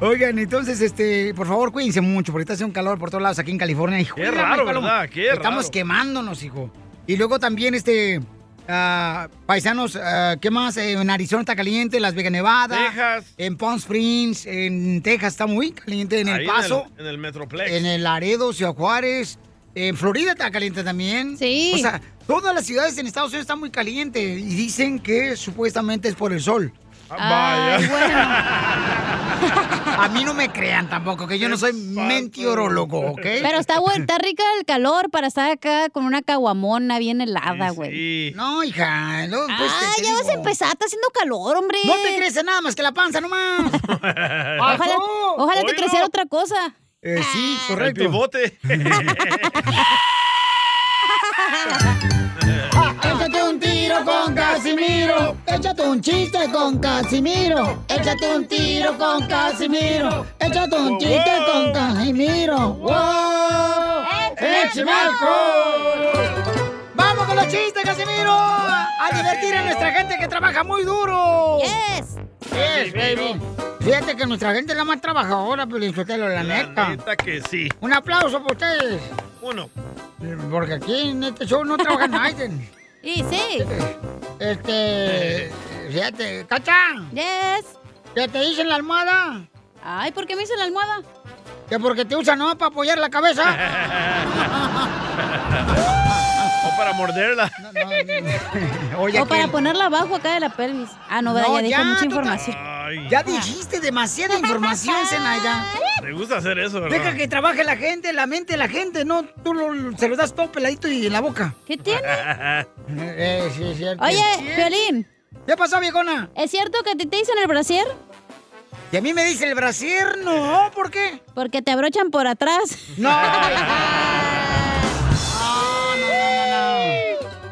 Speaker 1: Oigan, entonces, este, por favor, cuídense mucho, porque está haciendo un calor por todos lados aquí en California. Hijo,
Speaker 2: Qué
Speaker 1: mira,
Speaker 2: raro,
Speaker 1: Mike Paloma,
Speaker 2: ¿verdad? Qué
Speaker 1: Estamos
Speaker 2: raro.
Speaker 1: quemándonos, hijo. Y luego también, este, ah, paisanos, ah, ¿qué más? Eh, en Arizona está caliente, Las Vegas, Nevada.
Speaker 2: Texas.
Speaker 1: En Palm Springs, en Texas está muy caliente, en
Speaker 2: Ahí
Speaker 1: El Paso.
Speaker 2: En el, Metroplex.
Speaker 1: en el Laredo, Ciudad Juárez. En Florida está caliente también. Sí. O sea, todas las ciudades en Estados Unidos están muy calientes y dicen que supuestamente es por el sol.
Speaker 2: Ay,
Speaker 1: A mí no me crean tampoco, que yo no soy mentirólogo, ¿ok?
Speaker 3: Pero está bueno, está rica el calor para estar acá con una caguamona bien helada, güey.
Speaker 1: No, hija. No, pues,
Speaker 3: ah, ya vas a empezar, está haciendo calor, hombre.
Speaker 1: No te crees en nada más que la panza, nomás.
Speaker 3: Ojalá,
Speaker 1: Pasó.
Speaker 3: ojalá te
Speaker 1: Oílo.
Speaker 3: creciera otra cosa.
Speaker 1: eh, sí,
Speaker 2: correcto. El pivote.
Speaker 12: Échate un tiro con Casimiro. Échate un chiste con Casimiro. Échate un tiro con Casimiro. Échate un chiste con Casimiro. ¡Wow! ¡Échame alcohol!
Speaker 1: ¡Vamos con los chistes, Casimiro! ¡A divertir a nuestra gente que trabaja muy duro!
Speaker 3: ¡Yes!
Speaker 1: ¡Yes, baby! Fíjate que nuestra gente es la más trabajadora, Pelizotelo, la neta.
Speaker 2: Neta que sí.
Speaker 1: Un aplauso para ustedes.
Speaker 2: Uno.
Speaker 1: Porque aquí en este show no trabaja nadie.
Speaker 3: Y sí.
Speaker 1: Este. Fíjate, ¡Cacha!
Speaker 3: ¡Yes!
Speaker 1: ¿Qué te hice en la almohada?
Speaker 3: Ay, ¿por qué me hice la almohada?
Speaker 1: Que porque te usan, ¿no? Para apoyar la cabeza.
Speaker 2: o para morderla.
Speaker 1: Oye,
Speaker 3: o para
Speaker 1: que-
Speaker 3: ponerla abajo acá de la pelvis. Ah, no, ¿verdad?
Speaker 1: No,
Speaker 3: ya dijo
Speaker 1: ya,
Speaker 3: mucha
Speaker 1: tú
Speaker 3: información.
Speaker 1: Ya dijiste demasiada información, Zenaida.
Speaker 2: Te gusta hacer eso, ¿verdad?
Speaker 1: Deja que trabaje la gente, la mente de la gente, no tú lo- se lo das todo peladito y en la boca.
Speaker 3: ¿Qué tiene?
Speaker 1: Eh, sí, es cierto.
Speaker 3: Oye, Violín.
Speaker 1: ¿Qué pasó, viejona?
Speaker 3: ¿Es cierto que a ti te dicen el brasier?
Speaker 1: Y a mí me dice el brasier, no, ¿por qué?
Speaker 3: Porque te abrochan por atrás.
Speaker 1: No.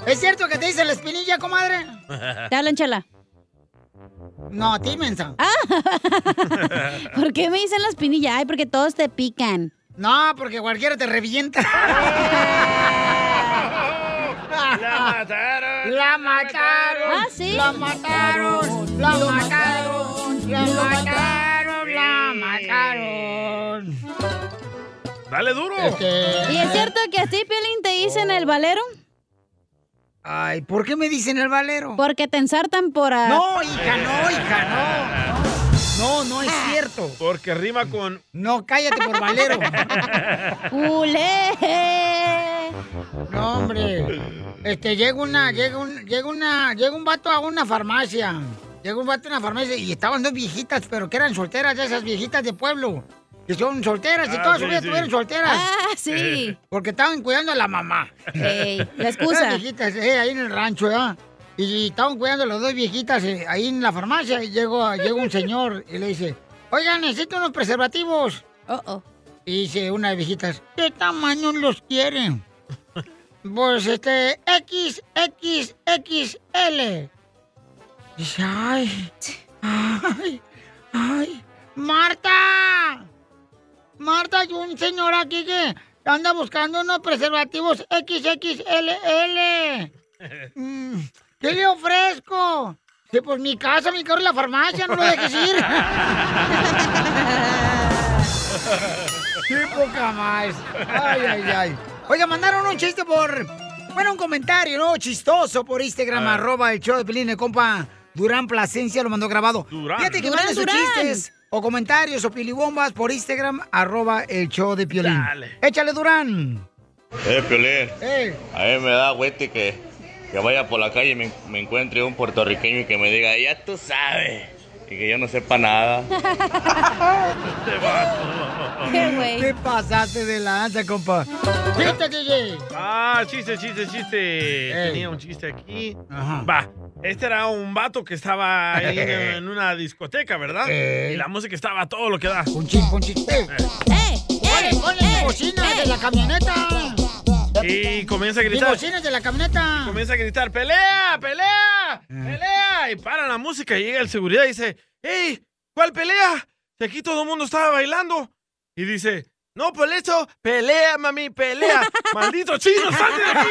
Speaker 1: ¿Es cierto que te dice la espinilla, comadre?
Speaker 3: Te hablan, chala.
Speaker 1: No, a ti, mensa.
Speaker 3: Ah. ¿Por qué me dicen la espinilla? Ay, porque todos te pican.
Speaker 1: No, porque cualquiera te revienta.
Speaker 2: La mataron.
Speaker 1: La mataron.
Speaker 12: Ah, sí.
Speaker 1: La mataron. La mataron. La mataron. La mataron.
Speaker 2: Dale duro.
Speaker 1: Este,
Speaker 3: ¿Y es cierto que a ti, Piolín, te dicen el valero?
Speaker 1: Ay, ¿por qué me dicen el valero?
Speaker 3: Porque te ensartan por... ah,
Speaker 1: No, hija, no, hija, no. No, no es cierto.
Speaker 2: Eh. Porque rima con...
Speaker 1: No, cállate por valero.
Speaker 3: ¡Culé!
Speaker 1: No, hombre. Este, llega una, llega un, llega una, llega un vato a una farmacia. Llega un vato a una farmacia y estaban dos viejitas, pero que eran solteras, de esas viejitas de pueblo. Que son solteras y
Speaker 12: Ah,
Speaker 1: todas
Speaker 12: sí,
Speaker 1: su vida
Speaker 12: sí.
Speaker 1: estuvieron solteras.
Speaker 12: Ah, sí.
Speaker 1: Porque estaban cuidando a la mamá.
Speaker 12: Ey, la excusa.
Speaker 1: Las viejitas, eh, ahí en el rancho, ¿verdad? Y estaban cuidando a las dos viejitas eh, ahí en la farmacia y llegó, llega un señor y le dice, oiga, necesito unos preservativos. Y dice una de las viejitas, ¿qué tamaño los quieren? pues este, XXXL. Dice, ay, ay, ay, Marta. Marta, hay un señor aquí que anda buscando unos preservativos XXLL. Mm, ¿Qué le ofrezco? Dice, pues mi casa, mi carro y la farmacia, no lo dejes ir. ¡Qué poca más! ¡Ay, ay, ay! Oiga, mandaron un chiste por... Bueno, un comentario, ¿no? Chistoso por Instagram,
Speaker 12: Ah.
Speaker 1: arroba el show de Pelín, el compa Durán Plasencia lo mandó grabado.
Speaker 12: Durán.
Speaker 1: Fíjate que
Speaker 12: Durán,
Speaker 1: manden sus
Speaker 12: Durán.
Speaker 1: chistes o comentarios o pilibombas por Instagram, arroba el show de Piolín.
Speaker 5: Dale.
Speaker 1: Échale, Durán.
Speaker 5: Eh, Piolín.
Speaker 1: ¡Ey!
Speaker 5: A mí me da güete que, que vaya por la calle y me, me encuentre un puertorriqueño y que me diga, ya tú sabes. Y que yo no sepa nada.
Speaker 12: Qué güey.
Speaker 1: Te pasaste de lanza, compa. ¡Chiste, DJ!
Speaker 2: Ah, chiste, chiste, chiste. Tenía un chiste aquí. Va. Este era un vato que estaba ahí en, en una discoteca, ¿verdad?
Speaker 1: Ey.
Speaker 2: Y la música estaba a todo lo que da.
Speaker 1: Un chiste, un chiste.
Speaker 12: Eh,
Speaker 1: ¡Ponle, ponle mi bocina de la camioneta!
Speaker 2: Y comienza a
Speaker 1: ¡Mi
Speaker 2: gritar.
Speaker 1: bocina de la camioneta!
Speaker 2: Comienza a gritar, pelea, pelea, pelea. Y para la música y llega el seguridad y dice, hey, ¿cuál pelea? Si aquí todo el mundo estaba bailando. Y dice, no, por eso, pelea, mami, pelea. Maldito chino, salte de aquí.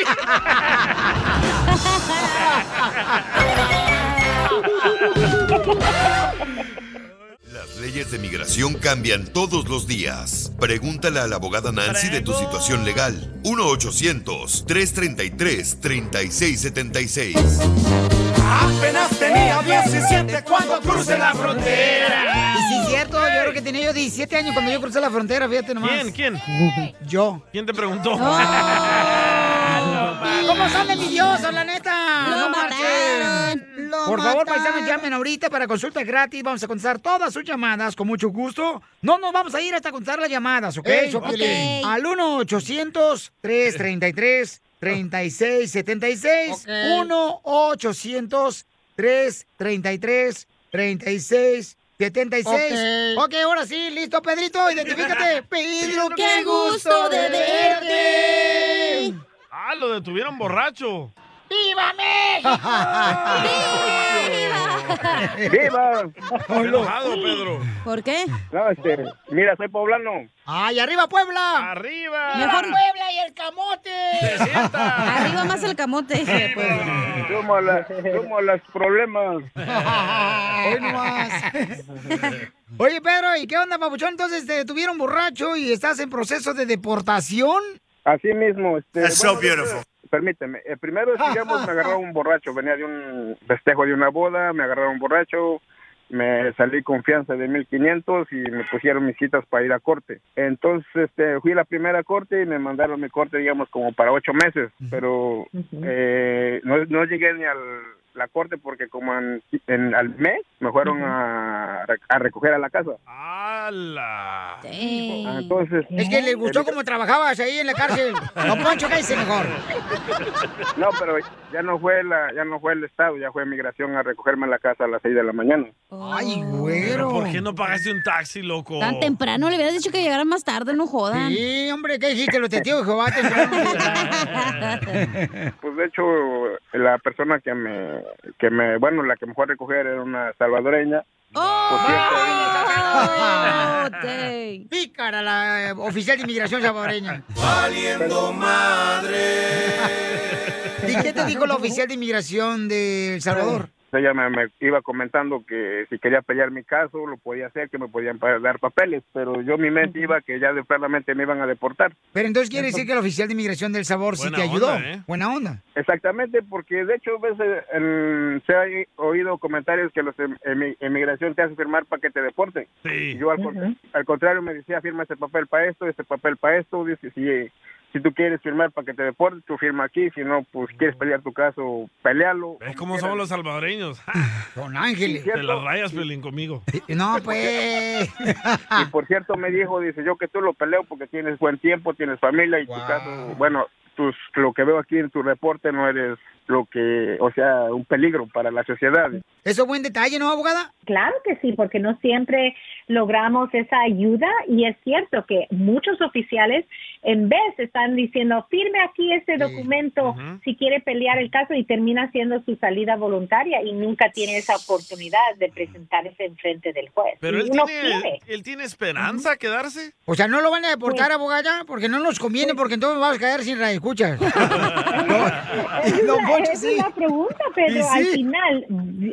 Speaker 4: Las leyes de migración cambian todos los días. Pregúntale a la abogada Nancy de tu situación legal. 1-800-333-3676.
Speaker 15: Apenas tenía 17 cuando crucé la frontera.
Speaker 1: Y sí, es cierto, yo creo que tenía yo 17 años cuando yo crucé la frontera, fíjate nomás.
Speaker 2: ¿Quién? ¿Quién?
Speaker 1: Yo.
Speaker 2: ¿Quién te preguntó? Ah,
Speaker 1: ¿Cómo son de envidiosos, la neta?
Speaker 12: Lo
Speaker 1: marchen.
Speaker 12: lo
Speaker 1: Por favor,
Speaker 12: mataron.
Speaker 1: paisanos, llamen ahorita para consulta gratis. Vamos a contestar todas sus llamadas con mucho gusto. No nos vamos a ir hasta contestar las llamadas, ¿ok?
Speaker 12: Ey,
Speaker 1: Sopilín?
Speaker 12: ok.
Speaker 1: Al 1-800-333-3676. 3676
Speaker 12: Ok.
Speaker 1: 1-800-333-3676.
Speaker 12: Ok.
Speaker 1: ok, ahora sí, listo, Pedrito, identifícate. Pedro, qué gusto de verte.
Speaker 2: Ah, lo detuvieron borracho.
Speaker 1: ¡Viva México!
Speaker 8: ¡Viva!
Speaker 2: Enojado, Pedro.
Speaker 3: ¿Por qué?
Speaker 8: No, este, mira, soy poblano.
Speaker 1: ¡Ay, arriba Puebla!
Speaker 2: ¡Arriba!
Speaker 3: Mejor-
Speaker 1: Puebla y el camote!
Speaker 3: Arriba más el camote. Pues,
Speaker 8: Somos, la- somos los problemas.
Speaker 1: Hoy no más. Oye, Pedro, ¿y qué onda, papuchón? Entonces te detuvieron borracho y estás en proceso de deportación.
Speaker 8: Así mismo. Este,
Speaker 1: That's so
Speaker 8: primero-
Speaker 1: beautiful.
Speaker 8: Permíteme. eh, primero, digamos, me agarraron un borracho. Venía de un festejo de una boda, me agarraron borracho. Me salí confianza de 1500 y me pusieron mis citas para ir a corte. Entonces, este, fui a la primera corte y me mandaron mi corte, digamos, como para ocho meses. Pero eh, no, no llegué ni a la corte porque como en, en- al mes me fueron a, a recoger a la casa.
Speaker 2: ¡Hala!
Speaker 8: Ah, Entonces,
Speaker 1: Es que les gustó cómo trabajabas ahí en la cárcel. Don Poncho, ¿qué hice mejor?
Speaker 8: No, pero ya no fue la, ya no fue el estado, ya fue migración a recogerme a la casa a las 6 de la mañana.
Speaker 1: Ay,
Speaker 2: Pero
Speaker 1: güero.
Speaker 2: ¿por qué no pagaste un taxi, loco?
Speaker 3: Tan temprano, le hubieras dicho que llegara más tarde, no jodan.
Speaker 1: Sí, hombre, ¿qué dijiste? Los testigos de Jehová
Speaker 8: Pues de hecho, la persona que me, que me, bueno, la que me fue a recoger era una salvadoreña. Pues,
Speaker 1: Oh, Pícara la eh, oficial de inmigración salvadoreña.
Speaker 8: pues,
Speaker 15: Valiendo madre.
Speaker 1: ¿Y qué te dijo la oficial de inmigración de El Salvador?
Speaker 8: ella me, me iba comentando que si quería pelear mi caso lo podía hacer, que me podían pa- dar papeles, pero yo mi mente iba que ya de claramente me iban a deportar.
Speaker 1: Pero entonces quiere decir que el oficial de inmigración del sabor sí
Speaker 8: Buena
Speaker 1: te ayudó.
Speaker 8: onda, ¿eh?
Speaker 1: Buena onda.
Speaker 8: Exactamente, porque de hecho a veces el- se ha oído comentarios que los em- emi- emigración te hace firmar para que te deporten. Yo al, con- al contrario me decía, firma este papel para esto, este papel para esto, dice, si, si tú quieres firmar para que te deporten, tú firma aquí, si no, pues quieres pelear tu caso, pelealo.
Speaker 2: ¿Ves cómo somos los salvadoreños?
Speaker 1: Con
Speaker 8: ángeles.
Speaker 2: Te las rayas, Pelín, conmigo.
Speaker 1: No, pues.
Speaker 8: Y por cierto me dijo, dice, yo que tú lo peleo porque tienes buen tiempo, tienes familia y tu caso, bueno, tus, lo que veo aquí en tu reporte no eres lo que, o sea, un peligro para la sociedad.
Speaker 1: ¿Eso es buen detalle, no, abogada?
Speaker 19: Claro que sí, porque no siempre logramos esa ayuda y es cierto que muchos oficiales en vez están diciendo firme aquí este documento si quiere pelear el caso y termina haciendo su salida voluntaria y nunca tiene esa oportunidad de presentarse en frente del juez.
Speaker 2: Pero
Speaker 19: Y
Speaker 2: él
Speaker 19: uno
Speaker 2: tiene,
Speaker 19: quiere.
Speaker 2: él tiene esperanza a quedarse.
Speaker 1: O sea, no lo van a deportar, abogada, porque no nos conviene, porque entonces vamos a caer sin radioescuchas.
Speaker 19: Esa es
Speaker 1: Don
Speaker 19: la-
Speaker 1: Poncho,
Speaker 19: esa
Speaker 1: sí.
Speaker 19: es la pregunta, pero
Speaker 1: Y
Speaker 19: al
Speaker 1: sí.
Speaker 19: final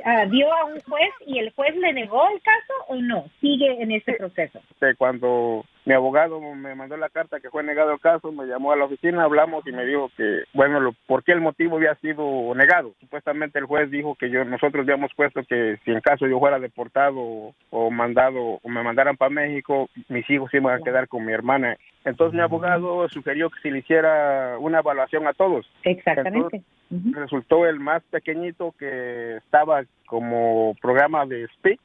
Speaker 19: ah, dio a un juez y el juez le negó el caso o no, sigue en ese proceso.
Speaker 8: Este, cuando mi abogado me mandó la carta que fue negado el caso, me llamó a la oficina, hablamos y me dijo que, bueno, lo, ¿por qué el motivo había sido negado? Supuestamente el juez dijo que yo nosotros habíamos puesto que si en caso yo fuera deportado o, o mandado o me mandaran para México, mis hijos se iban a quedar con mi hermana. Entonces mi abogado sugirió que se le hiciera una evaluación a todos.
Speaker 19: Exactamente.
Speaker 8: Entonces, resultó el más pequeñito que estaba como programa de speak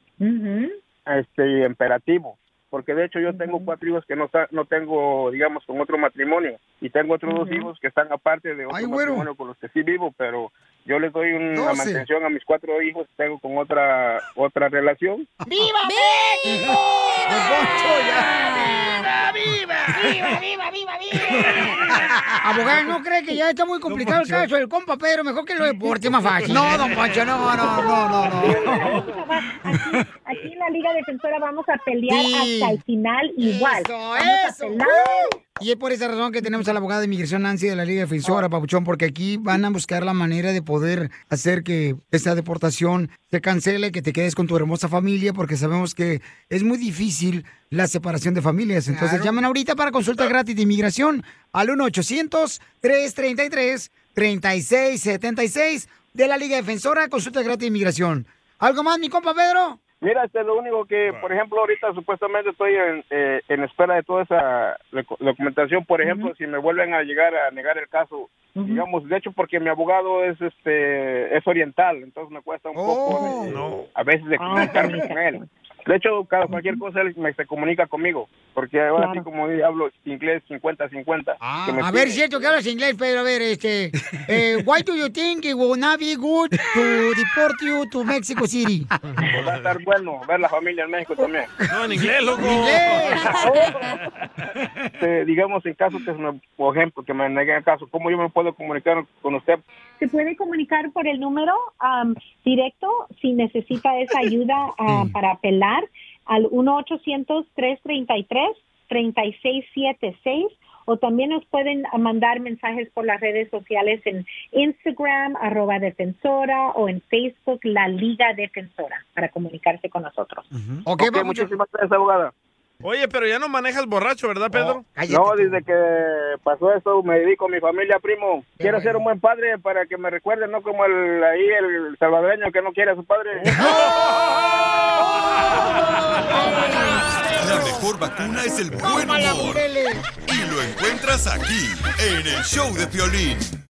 Speaker 8: este imperativo porque de hecho yo tengo cuatro hijos que no está, no tengo digamos con otro matrimonio y tengo otros dos
Speaker 1: Ujú.
Speaker 8: hijos que están aparte de otro
Speaker 1: Ay, güero.
Speaker 8: matrimonio con los que sí vivo pero yo les doy una
Speaker 1: Doce.
Speaker 8: mantención a mis cuatro hijos que tengo con otra otra relación
Speaker 1: ¡Viva México! ¡Viva! ¡Viva! ¡Viva, viva, viva, viva! Abogada, ¿no cree que ya está muy complicado el caso del compa Pedro? Mejor que lo deporte más fácil. No, don Poncho, no, no, no, no, no.
Speaker 19: Aquí en la Liga Defensora vamos a pelear
Speaker 1: Sí.
Speaker 19: hasta el final igual. Vamos a pelear.
Speaker 1: Y es por esa razón que tenemos a la abogada de inmigración Nancy de la Liga Defensora, Papuchón, porque aquí van a buscar la manera de poder hacer que esta deportación se cancele, que te quedes con tu hermosa familia, porque sabemos que es muy difícil la separación de familias. Entonces
Speaker 25: Claro.
Speaker 1: llamen ahorita para consulta gratis de inmigración al 1-800-333-3676 de la Liga Defensora, consulta gratis de inmigración. ¿Algo más, mi compa Pedro?
Speaker 8: Mira, este es lo único que, por ejemplo, ahorita supuestamente estoy en, eh, en espera de toda esa docu- documentación. Por ejemplo, si me vuelven a llegar a negar el caso, digamos, de hecho, porque mi abogado es este es oriental, entonces me cuesta un
Speaker 1: Oh.
Speaker 8: poco de- a veces de comunicarme con él. De hecho, cada, cualquier cosa él me, se comunica conmigo, porque ahora sí, como yo hablo inglés 50-50.
Speaker 2: Ah,
Speaker 8: que me
Speaker 1: A ver,
Speaker 8: pide.
Speaker 1: cierto que hablas inglés, pero a ver, este, eh, why do you think it will not be good to deport you to Mexico City?
Speaker 8: pues, Va a estar bueno ver la familia en México también.
Speaker 2: No, en inglés, loco.
Speaker 8: Este, digamos, en caso que, me- por ejemplo, que me neguen el caso, ¿cómo yo me puedo comunicar con usted?
Speaker 19: Se puede comunicar por el número am, directo si necesita esa ayuda ah, para apelar al 1-800-333-3676 o también nos pueden ah, mandar mensajes por las redes sociales en Instagram, arroba defensora o en Facebook, la Liga Defensora, para comunicarse con nosotros.
Speaker 8: Ok, muchísimas gracias, abogada.
Speaker 2: Oye, pero ya no manejas borracho, ¿verdad, Pedro?
Speaker 8: no, desde que pasó eso me dedico a mi familia, primo. Quiero ser un buen padre para que me recuerden, no como el ahí el salvadoreño que no quiere a su padre.
Speaker 4: La mejor vacuna es el buen humor. Y lo encuentras aquí, en el show de Piolín.